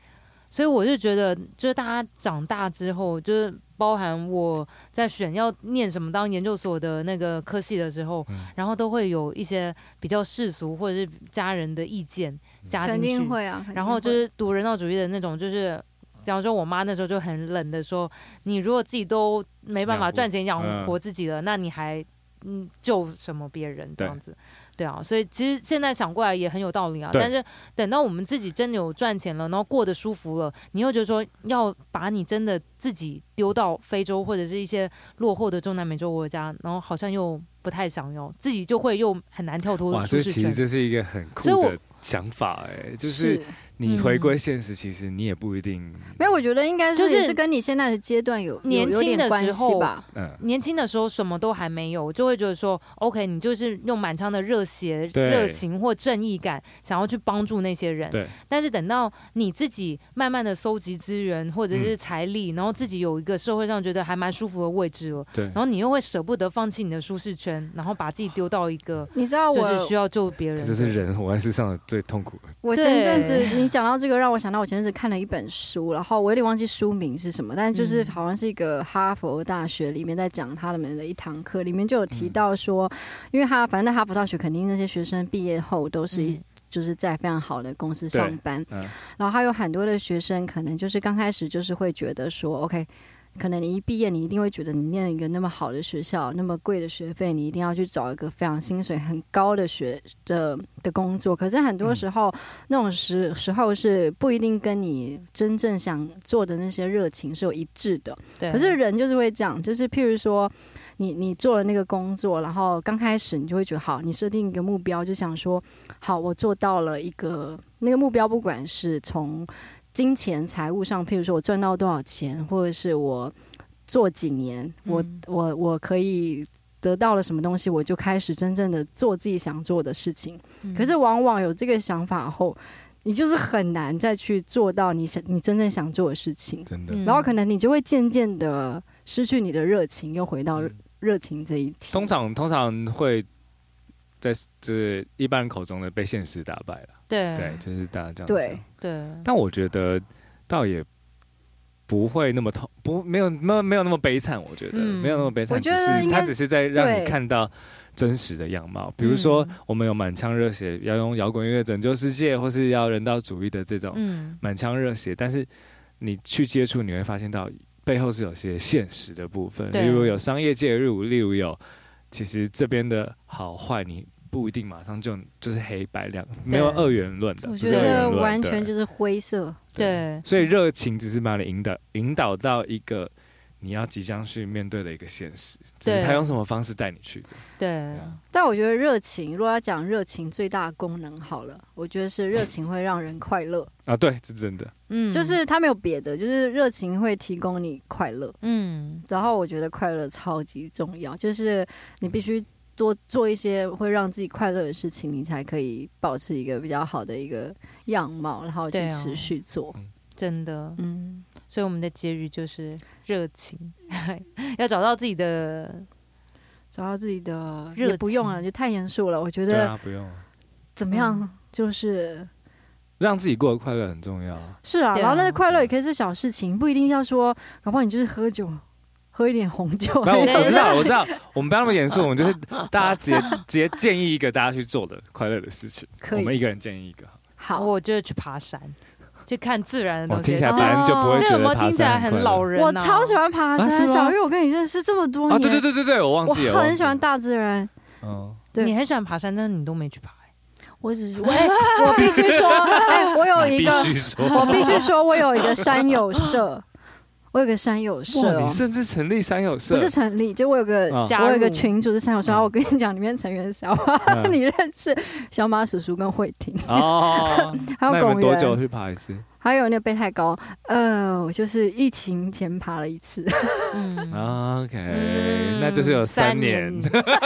C: 所以我就觉得，就是大家长大之后，就是包含我在选要念什么当研究所的那个科系的时候，
A: 嗯
C: 然后都会有一些比较世俗或者是家人的意见加
B: 肯
C: 进去
B: 定。会啊，肯定
C: 然后就
B: 会
C: 是读人道主义的那种，就是。假如说我妈那时候就很冷的说，你如果自己都没办
A: 养
C: 法
A: 活
C: 赚钱养
A: 嗯
C: 活自己了，那你还嗯救什么别人这
A: 对
C: 样子？对啊，所以其实现在想过来也很有道理啊。
A: 对
C: 但是等到我们自己真的有赚钱了，然后过得舒服了，你又觉得说要把你真的自己丢到非洲或者是一些落后的中南美洲国家，然后好像又不太想要，自己就会又很难跳脱
A: 哇，
C: 舒
A: 这
C: 适
A: 其实
C: 圈。
A: 这是一个很酷
C: 所以我嗯
A: 的想法哎，就是你回归现实，其实你也不一定，
B: 没有，我觉得应该是
C: 就是
B: 也是跟你现在的阶段有有
C: 年轻
B: 有点
C: 的时
B: 关系
C: 候
B: 吧。
A: 嗯，
C: 年轻的时候什么都还没有，就会觉得说，OK，你就是用满腔的热血、
A: 对
C: 热情或正义感，想要去帮助那些人。
A: 对，
C: 但是等到你自己慢慢的搜集资源或者
A: 嗯
C: 是财力，然后自己有一个社会上觉得还蛮舒服的位置了，
A: 对
C: 然，后你又会舍不得放弃你的舒适圈，然后把自己丢到一个
B: 你知道啊我
C: 就是需要救别人嗯
A: 这
C: 的。
A: 就是人活在世上的最痛苦的，
B: 我
C: 对
B: 前阵子你讲到这个，让我想到我前阵子看了一本书，然后我有点忘记书名是什么，但是就是
C: 嗯
B: 好像是一个哈佛大学里面在讲他们的一堂课，里面就有
C: 嗯
B: 提到说，因为他反正哈佛大学肯定那些学生毕业后都是
C: 嗯
B: 就是在非常好的公司上班，
A: 嗯
B: 然后还有很多的学生可能就是刚开始就是会觉得说，OK，可能你一毕业，你一定会觉得你念一个那么好的学校，那么贵的学费，你一定要去找一个非常薪水很高的学的的工作。可是很多时候，那种时时候是不一定跟你真正想做的那些热情是有一致的。
C: 对，嗯
B: 可是人就是会这样，就是譬如说，你你做了那个工作，然后刚开始你就会觉得好，你设定一个目标，就想说，好，我做到了一个那个目标，不管是从金钱财务上，譬如说我赚到多少钱，或者是我做几年，我、
C: 嗯
B: 我我可以。得到了什么东西，我就开始真正的做自己想做的事情。
C: 嗯
B: 可是往往有这个想法后，你就是很难再去做到你想你真正想做的事情，
A: 真的，
C: 嗯
B: 然后可能你就会渐渐的失去你的热情，又回到
A: 嗯
B: 热情这一题。
A: 通常通常会在就是一般人口中的被现实打败了，
C: 对
A: 对，就是大家这样
B: 对
A: 讲
C: 对
A: 但我觉得倒也不会那么痛，不没有没有没有那么悲惨，我觉得、
C: 嗯
A: 没有那么悲惨，
B: 我
A: 只
B: 觉得
A: 是
B: 应
A: 他
B: 该
A: 只是在让你
B: 对
A: 看到真实的样貌，比如说
C: 嗯
A: 我们有满腔热血要用摇滚乐拯救世界，或是要人道主义的这种
C: 嗯
A: 满腔热血，但是你去接触，你会发现到背后是有些现实的部分，
C: 对
A: 例如有商业介入，例如有其实这边的好坏你。不一定马上就就是黑白两，没有二元论的。
B: 我
A: 不
B: 觉
A: 是二元
B: 得
A: 论
B: 完
A: 对
B: 全就是灰色，
C: 对
A: 所以热情只是把你引导引导到一个你要即将去面对的一个现实，只是
C: 对
A: 他用什么方式带你去的。
C: 对
B: 但我觉得热情，如果要讲热情最大的功能好了，我觉得是热情会让人快乐，
A: 啊，对，是真的。
C: 嗯
B: 就是它没有别的，就是热情会提供你快乐。
C: 嗯
B: 然后我觉得快乐超级重要，就是你必须多做一些会让自己快乐的事情，你才可以保持一个比较好的一个样貌，然后
C: 对
B: 去
C: 啊
B: 持续做。
C: 真的，
B: 嗯，
C: 所以我们的结语就是热情， 要找到自己的
B: 找到自己的
C: 热情
B: 也不用了，就太严肃了。我觉
A: 对
B: 得
A: 啊，不用啊
B: 怎么样，
C: 嗯
B: 就是
A: 让自己过得快乐很重要啊。
B: 是啊，
C: 对啊
B: 然后那个快乐也可以是小事情，不一定要说，搞不好你就是喝酒，喝一点红酒。
A: 没有，我
C: 对
A: 我知道，我知道，我们不要那么严肃，我们就是大家直接直接建议一个大家去做的快乐的事情。
B: 可
A: 我们
B: 以
A: 一个人建议一个，
B: 好。
C: 我就是去爬山，去看自然的
A: 我
C: 东西。
A: 听起来
B: 哦
A: 反正就不会
C: 这
A: 觉
C: 有没
A: 得
C: 有
A: 爬
C: 听起来
A: 山
C: 很
A: 快乐
C: 老人、啊？
B: 我超喜欢爬
A: 啊是
B: 山，
A: 吗
B: 小玉，我跟你认识这么多
A: 啊！
B: 年，
A: 对对对对对，我忘记了，
B: 我
A: 忘
B: 很
A: 记
B: 喜欢
A: 了。
B: 大自然。
A: 嗯，
B: 对
C: 你很喜欢爬山，但是你都没去爬、
B: 我只是，我哎、我必须 说，
A: 啊
B: 哎、我有
A: 你
B: 一
A: 必
B: 个，
A: 须说，
B: 我必须说，我有一个山友社，我有个山友社、
A: 哇，
B: 哦
A: 你，甚至成立山友社，
B: 不是成立，就我有个、
A: 啊
C: 加入
B: 我有个群主是山友社，
A: 嗯
B: 然后我跟你讲，里面成员小马，
A: 嗯
B: 你认识小马叔叔跟慧 婷，
A: 哦。
B: 还有
A: 那你
B: 龚
A: 们多久
B: 源，
A: 去爬一次？
B: 还有那个贝太高，呃，我就是疫情前爬了一 次，
C: 嗯
A: 啊 OK，、那就是有三年，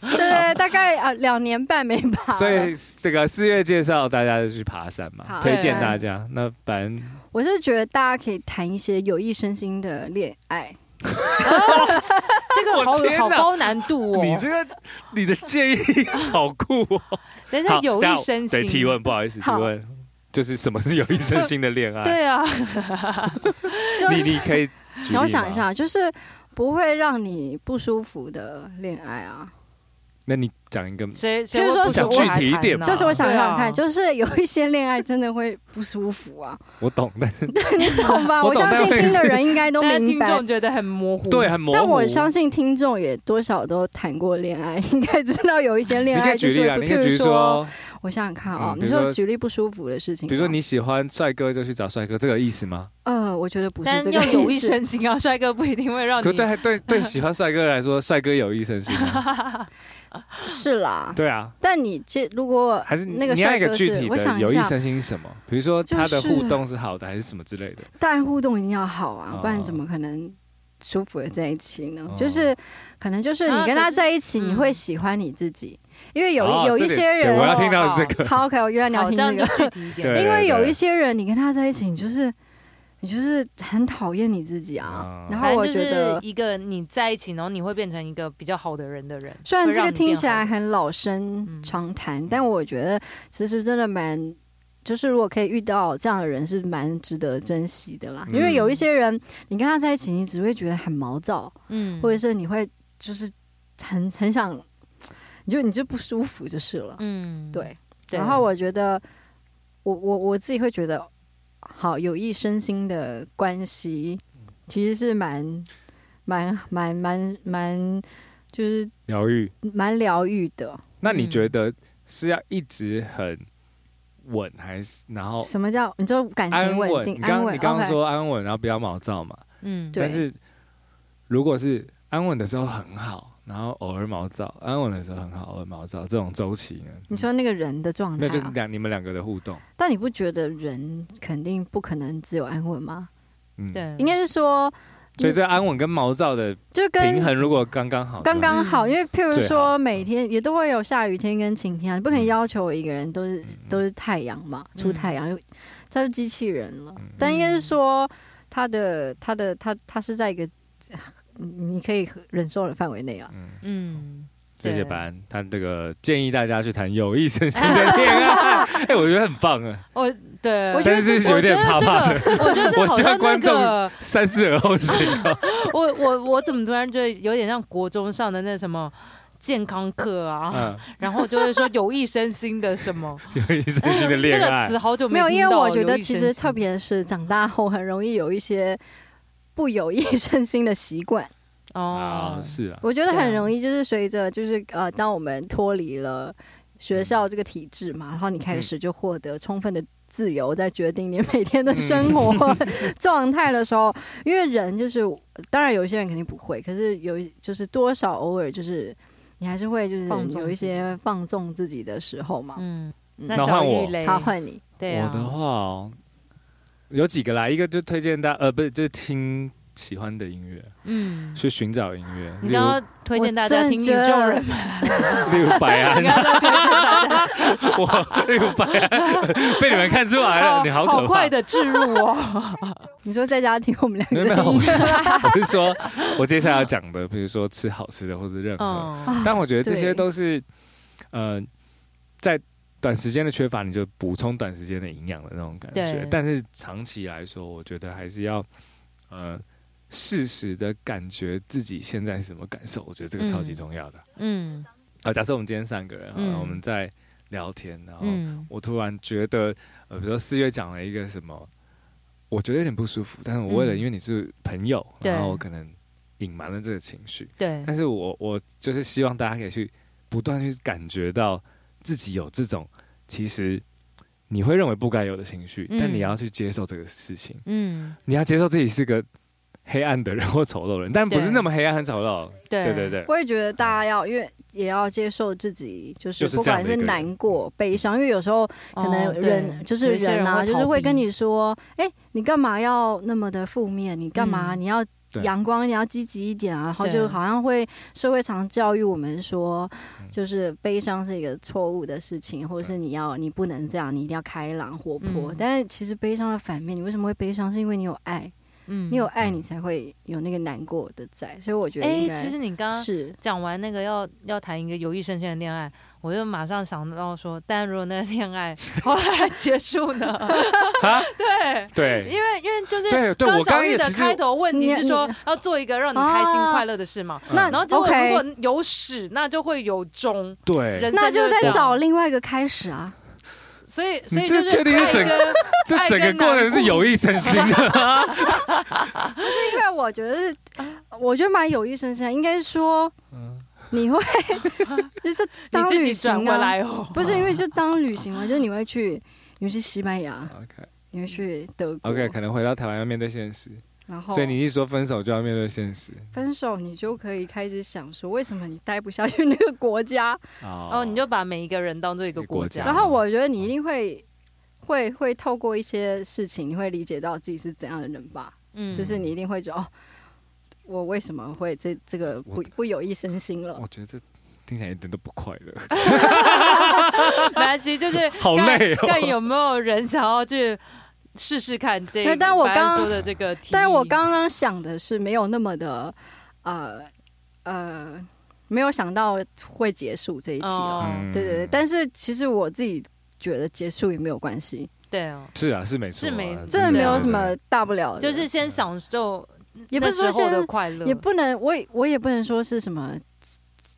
B: 对，大概啊两年半没爬了，
A: 所以这个四月介绍大家就去爬山嘛，
B: 好
A: 推荐大家。那反正
B: 我是觉得大家可以谈一些有益身心的恋爱。
C: 这个 好
A: 我天哪
C: 好高难度哦。
A: 你这个你的建议好酷 哦，
C: 人家
A: 好，
C: 有
A: 等
C: 益
A: 下
C: 身心。
A: 对，提问，不好意思，提
B: 好
A: 问就是什么是有益身心的恋 爱？
C: 对啊，
B: 就
A: 你
B: 是
A: 你可以举例
B: 你
A: 吗
B: 要想一，下，就是不会让你不舒服的恋爱啊。
A: 那你讲一个，
C: 谁
B: 就
C: 谁
B: 是说
C: 会不
B: 想
C: 舒服
A: 具体一点
C: 还谈呢
A: 啊
B: 就是我想想
C: 对啊
B: 看，就是有一些恋爱真的会不舒服 啊，
A: 我 懂，但是
B: 你懂吧？
A: 我
B: 我
A: 懂
B: 相信听的人应该都
C: 大家
B: 明
C: 听
B: 白
C: 众。觉得很模糊。
A: 对，啊很模糊。
B: 但我相信听众也多少都谈过恋爱， 应该知道有一些
A: 你
B: 恋
A: 可
B: 爱
A: 以
B: 就
A: 举
B: 是
A: 例啊，
B: 会，
A: 你可以
B: 譬
A: 举
B: 如
A: 例
B: 说，
A: 说，
B: 我想想看
A: 嗯
B: 啊，
A: 比
B: 你
A: 如说
B: 说举例不舒服的事情，啊
A: 比如说你，喜欢帅哥就去找帅哥，这个意思吗？
B: 呃，我觉得不
C: 但
B: 是这
C: 要
B: 个
C: 有益
B: 意思
C: 身心啊，帅哥不一定会让
B: 哦
A: 可
C: 你。
A: 对对对，喜欢帅哥来说，帅哥有益身心 吗？
B: 是啦。
A: 对啊，
B: 但你这如果
A: 还是
B: 那个
A: 你要
B: 帅
A: 一个
B: 哥
A: 具
B: 是
A: 体
B: 我
A: 的
B: 想一
A: 有益
B: 下
A: 身心是什么？比如说
B: 就
A: 他的互
B: 是
A: 动是好的还是什么之类的？
B: 当然互动一定要好啊
A: 哦，
B: 不然怎么可能舒服的在一起呢？
A: 哦
B: 就是可能就是你跟
C: 啊可
B: 他
C: 是
B: 在一起，
C: 嗯
B: 你会喜欢你自己，因为有
A: 哦
B: 有
A: 这
B: 一
A: 点
B: 些
A: 对我
B: 人，
A: 要听到的这个，
B: 好 OK，我原来你要
C: 好，
B: 听
C: 这
B: 这
C: 样就
B: 个，
C: 具体一点。
A: 对
B: 因为有一些人你跟他在一起，你就是你就是很讨厌你自己啊
A: 哦。
B: 然后
C: 反正
B: 我
C: 就
B: 觉
C: 是
B: 得，
C: 一个你在一起，然后你会变成一个比较好的人的人。
B: 虽然这
C: 会让
B: 个
C: 你
B: 听
C: 变
B: 起
C: 好
B: 来
C: 的人
B: 很老生
C: 嗯
B: 常谈，但我觉得其实真的蛮。就是如果可以遇到这样的人，是蛮值得珍惜的啦。因为
A: 嗯
B: 有一些人，你跟他在一起，你只会觉得很毛躁，
C: 嗯
B: 或者是你会就是很很想，你就你就不舒服就是了。
C: 嗯，
B: 对，
C: 对
B: 然后我觉得，我我我自己会觉得，好有益身心的关系，
A: 嗯
B: 其实是蛮蛮蛮蛮蛮，就是
A: 疗愈。
B: 蛮疗愈的。
A: 那你
C: 嗯
A: 觉得是要一直很稳，还是然后
B: 什么叫你就感
A: 安
B: 情
A: 稳？
B: 稳
A: 你
B: 定
A: 刚
B: 安
A: 刚
B: 稳
A: 你刚刚
B: OK
A: 说安稳，然后不要毛躁嘛。
C: 嗯，
B: 对
A: 但是如果是安稳的时候很好，然后偶尔毛躁；安稳的时候很好，偶尔毛躁，这种周期呢？
B: 你说那个人的状态、
A: 没有，就是
B: 啊，
A: 两你们两个的互动。
B: 但你不觉得人肯定不可能只有安稳吗？
A: 嗯，
C: 对，
B: 应该是说
A: 所以这安稳跟毛躁的
B: 就跟
A: 平衡如果刚刚好，
B: 刚刚好，
C: 嗯
B: 因为譬如
A: 最
B: 说
A: 好
B: 每天也都会有下雨天跟晴天啊，你不可能
A: 嗯
B: 要求我一个人都是、都是太阳嘛，出
C: 嗯
B: 太阳，又他是机器人了。
A: 嗯
B: 但应该是说他的他的他他是在一个你你可以忍受的范围内啊。
C: 嗯，
A: 谢谢
C: 对
A: 白安，他这个建议大家去谈有益身心的恋 爱，哎，我觉得很棒啊，
C: 我对，
B: 我觉得
A: 但是
C: 我
A: 有点
C: 觉得
A: 怕
C: 这
A: 怕的，
C: 个，我觉得这
A: 我
C: 好
A: 希望
C: 像那
A: 观众
C: 个，
A: 三思而后行啊。
C: 我我我怎么突然觉得有点像国中上的那什么健康课啊，
A: 嗯，
C: 然后就会说有益身心的什么，
A: 有益身心的 恋
C: 这个
A: 爱
C: 词，好久
B: 没有，
C: 听
B: 因为
C: 到
B: 我觉得
C: 有益
B: 其
C: 身
B: 实
C: 心
B: 特别是长大后很容易有一些不有益身心的习惯。
A: 啊
C: 哦，，
A: 是啊，
B: 我觉得
C: 对啊
B: 很容易，就是随着就是呃，当我们脱离了学校这个体制
A: 嗯
B: 嘛，然后你开始就获得充分的自由，在决定你每天的生活
A: 嗯
B: 状态的时候，因为人就是，呃当然有一些人肯定不会，可是有一就是多少偶尔就是。你还是会就是
C: 放纵自己
B: 有一些放纵自己的时候嘛。
C: 嗯，
B: 嗯
C: 那
A: 那
C: 小
A: 换我
C: 玉嘞，
B: 好，换你，
C: 对
A: 我
C: 啊，
A: 的话哦，有几个啦，一个就推荐大，呃，不是，就是听喜欢的音乐，
C: 嗯，
A: 去寻找音乐，
C: 你
A: 例
C: 刚
A: 如
C: 刚推荐大
B: 我真
C: 家
B: 的
C: 听宇宙
B: 觉得
C: 人吗，
A: 例如 白安
C: 你，刚刚推荐大家
A: 我例如白安， 被你们看出来了，哎你好可
C: 好
A: 怕
C: 快。的置入 哦，
B: 你说在家听我们两
A: 没
B: 个
A: 有没
B: 的
A: 有，我
B: 音乐，
A: 是我是说，我接下来要讲的，比如说吃好吃的或者任何，
B: 哦
C: 嗯，
A: 但我觉得这些
B: 对
A: 都是，呃，在短时间的缺乏，你就补充短时间的营养的那种感觉
C: 对。
A: 但是长期来说，我觉得还是要，呃，适时的感觉自己现在是什么感受，我觉得这个超级
C: 嗯
A: 重要的。
C: 嗯
A: 啊，假设我们今天三个人，好了
C: 嗯
A: 我们在聊天，然后
C: 嗯，
A: 我突然觉得，呃，比如说四月讲了一个什么，我觉得有点不舒服，但是我为了、
C: 嗯
A: 因为你是朋友，
C: 对
A: 然后我可能隐瞒了这个情绪，
C: 对，
A: 但是我我就是希望大家可以去不断去感觉到自己有这种其实你会认为不该有的情绪，
C: 嗯
A: 但你要去接受这个事情，
C: 嗯，
A: 你要接受自己是个黑暗的人或丑陋的人，但不是
C: 对
A: 那么黑暗很丑陋，
C: 对
A: 对对对，
B: 我也觉得大家要，因为也要接受自己，就
A: 就是是
B: 不
A: 这样
B: 管
A: 的
B: 是
A: 一个人嗯
B: 难过、悲伤，因为有时候
C: 哦
B: 可能
C: 对
B: 人、就是
C: 有一些
B: 人啊，
C: 会
B: 就是
C: 逃
B: 会
C: 避
B: 跟你说，哎、你干嘛要那么的负面？你干嘛、
C: 嗯
B: 你要
A: 对
B: 阳光，你要积极一点啊？然后
C: 对嗯
B: 就好像会社会常教育我们说，就是悲伤是一个错误的事情，或者是你要你不能这样，你一定要开朗活泼。
C: 嗯
B: 但是其实悲伤的反面，你为什么会悲伤？是因为你有爱，
C: 嗯
B: 你有爱，你才会有那个难过的在。所以我觉得应
C: 哎，
B: 该
C: 其实你刚刚
B: 是。
C: 讲完那个要要谈一个有益身心的恋爱，我就马上想到说，但如果那个恋爱后来结束呢？对，
A: 对
C: 因为因为就是
A: 对对，我刚
C: 刚小
A: 刚
C: 玉
A: 也
C: 的
A: 其实
C: 开头问题是说
B: 你
C: 要做一个让你开心
B: 哦
C: 快乐的事嘛，
B: 那
A: 嗯
C: 然后结果
B: OK
C: 如果有始，那就会有终，
A: 对
C: 人生
B: 那就
C: 这
B: 再
C: 样
B: 找，另外一个开始啊！
C: 所以所
A: 你
C: 以
A: 这
C: 就是
A: 确定是
C: 爱
A: 整
C: 跟
A: 这
C: 爱
A: 整个
C: 跟
A: 过
C: 难
A: 程是
C: 过
A: 有益身心 的。
B: 因为我觉得是，
C: 啊
B: 我觉得蛮有益身心的，应该说
A: 嗯，
B: 你会 就是
C: 你
B: 当
C: 自
B: 旅
C: 己转
B: 行
C: 回
B: 啊，
C: 来哦，
B: 不是因为就当旅行嘛，就是你会去，你会去西班牙，
A: OK
B: 你会去德国
A: OK，可能回到台湾要面对现实，
B: 然后
A: 所以你一说分手就要面对现实
B: 分手，你就可以开始想说，为什么你待不下去那个国 家？
A: 哦
C: 哦，你就把每一个人当做一个
A: 一个
C: 国
A: 国
C: 家，
A: 家
B: 然后我觉得你一定会会会透过一些事情，你会理解到自己是怎样的人吧。
C: 嗯
B: 就是你一定会觉得哦，我为什么会这这个不
A: 我
B: 不有益身心了
A: 哦我？觉得这听起来一点都不快乐，
C: 没关系，就是
A: 好累哦
C: 看看有没有人想要去试试看这
B: 对
C: 个。
B: 但我
C: 白安
B: 刚
C: 说的这个题，
B: 但是我刚刚想的是没有那么的，呃呃，没有想到会结束这一题了。
C: 哦
A: 嗯
B: 对对对，但是其实我自己觉得结束也没有关系，
C: 对哦，
A: 是啊，是没错啊，
C: 是没
B: 真的没有什么
A: 对
B: 大不了的，
C: 就是先享受
B: 也不是说
C: 那时候
B: 现
C: 的
B: 在
C: 快乐，
A: 哦
B: 也不能，我也我也不能说是什么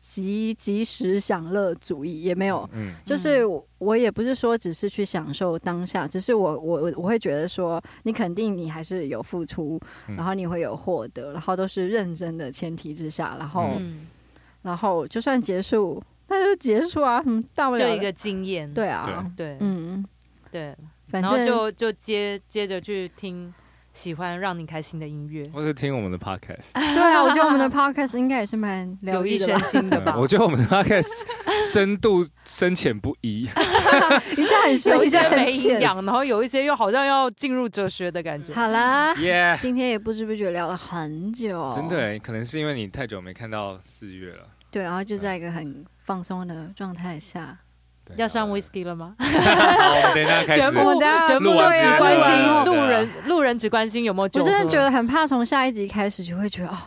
B: 及及时享乐主义，也没有。
A: 嗯，
B: 就是我我也不是说只是去享受当下，只是我我我我会觉得说，你肯定你还是有付出，
A: 嗯
B: 然后你会有获得，然后都是认真的前提之下，然后、
C: 嗯，
B: 然后就算结束，那就结束啊，嗯，大不了
C: 就
B: 的
C: 一个经验，
B: 对啊，
C: 对
B: 嗯，
C: 对，
B: 反
C: 然后
B: 正
C: 就就接接着去听喜欢让你开心的音乐。
A: 或是听我们的 podcast，
B: 对啊，我觉得我 们的 podcast 应该也是蛮疗
C: 有
B: 愈
C: 益
B: 的
C: 身
B: 吧，
C: 心的吧
A: 嗯？我觉得我们的 podcast 深度深浅不一，
B: 一下很深，
C: 有一些
B: 很
C: 没营
B: 浅。
C: 养，然后有一些又好像要进入哲学的感觉。
B: 好啦，
A: 耶、
B: 今天也不知不觉聊了很久，
A: 真的欸，可能是因为你太久没看到四月了，
B: 对，然后
C: 嗯
B: 就在一个很放松的状态下，
A: 对
C: 要上
A: 好
C: whisky 了吗？
A: 好，我们等一 下开
C: 全
A: 始
C: 部
B: 我们等下
C: 全部
A: 录
C: 都
A: 完
C: 只
A: 节目
C: 关
A: 了
C: 心路
A: 对啊
C: 人，路人只关心有没有酒
B: 我
C: 喝。
B: 真的觉得很怕从下一集开始就会觉得哦，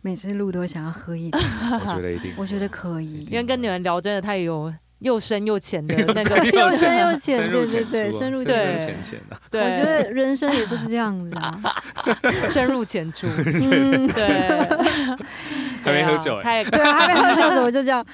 B: 每次录都想要喝一点，
A: 我觉得一定，
B: 我觉得可以。
C: 因为跟你们聊真的太有又深又浅的那个，
A: 又
B: 又深又浅，
A: 深
B: 对
A: 入
B: 对对，
A: 出啊
B: 深入
A: 深深
B: 浅出。啊
C: 浅出对
A: 浅啊浅的，
B: 我觉
C: 对，
B: 得人生也就是这样子啊，
C: 深入 浅出，
B: 嗯，
C: 对，啊
A: 还没喝酒哎、
C: 太
B: 对，啊还没喝酒怎么就这样？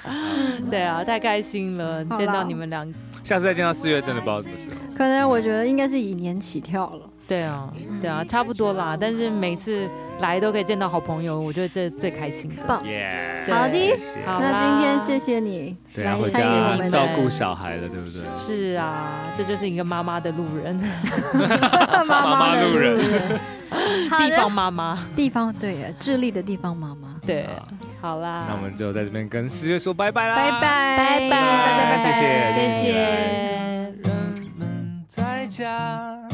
C: 对啊，太开心了，
B: 好啦
C: 见到你们两个，
A: 下次再见到四月真的不知道什么时候。
B: 可能我觉得应该是以年起跳了。
C: 对啊，对啊，差不多啦。但是每次来都可以见到好朋友，我觉得这最开心的。
B: 棒
A: 耶、
C: 对
B: 好的
A: 谢谢
C: 好啦
B: 那今天谢谢你
A: 对啊，
B: 来
A: 回
B: 参与我
A: 家
B: 们
A: 照
B: 的
A: 顾小孩了，对不对？
C: 是啊，这就是一个妈妈的路人，
B: 妈妈的
A: 路人
B: 人，好
C: 地方
B: 的，
C: 妈妈。
B: 地方对，智利的地方妈妈，
C: 对
A: 好，
C: 好啦，
A: 那我们就在这边跟四月说拜拜啦，
B: 拜拜，
C: 拜拜，
B: 大家拜拜，
A: 谢谢
C: 谢谢。
D: 人们在家。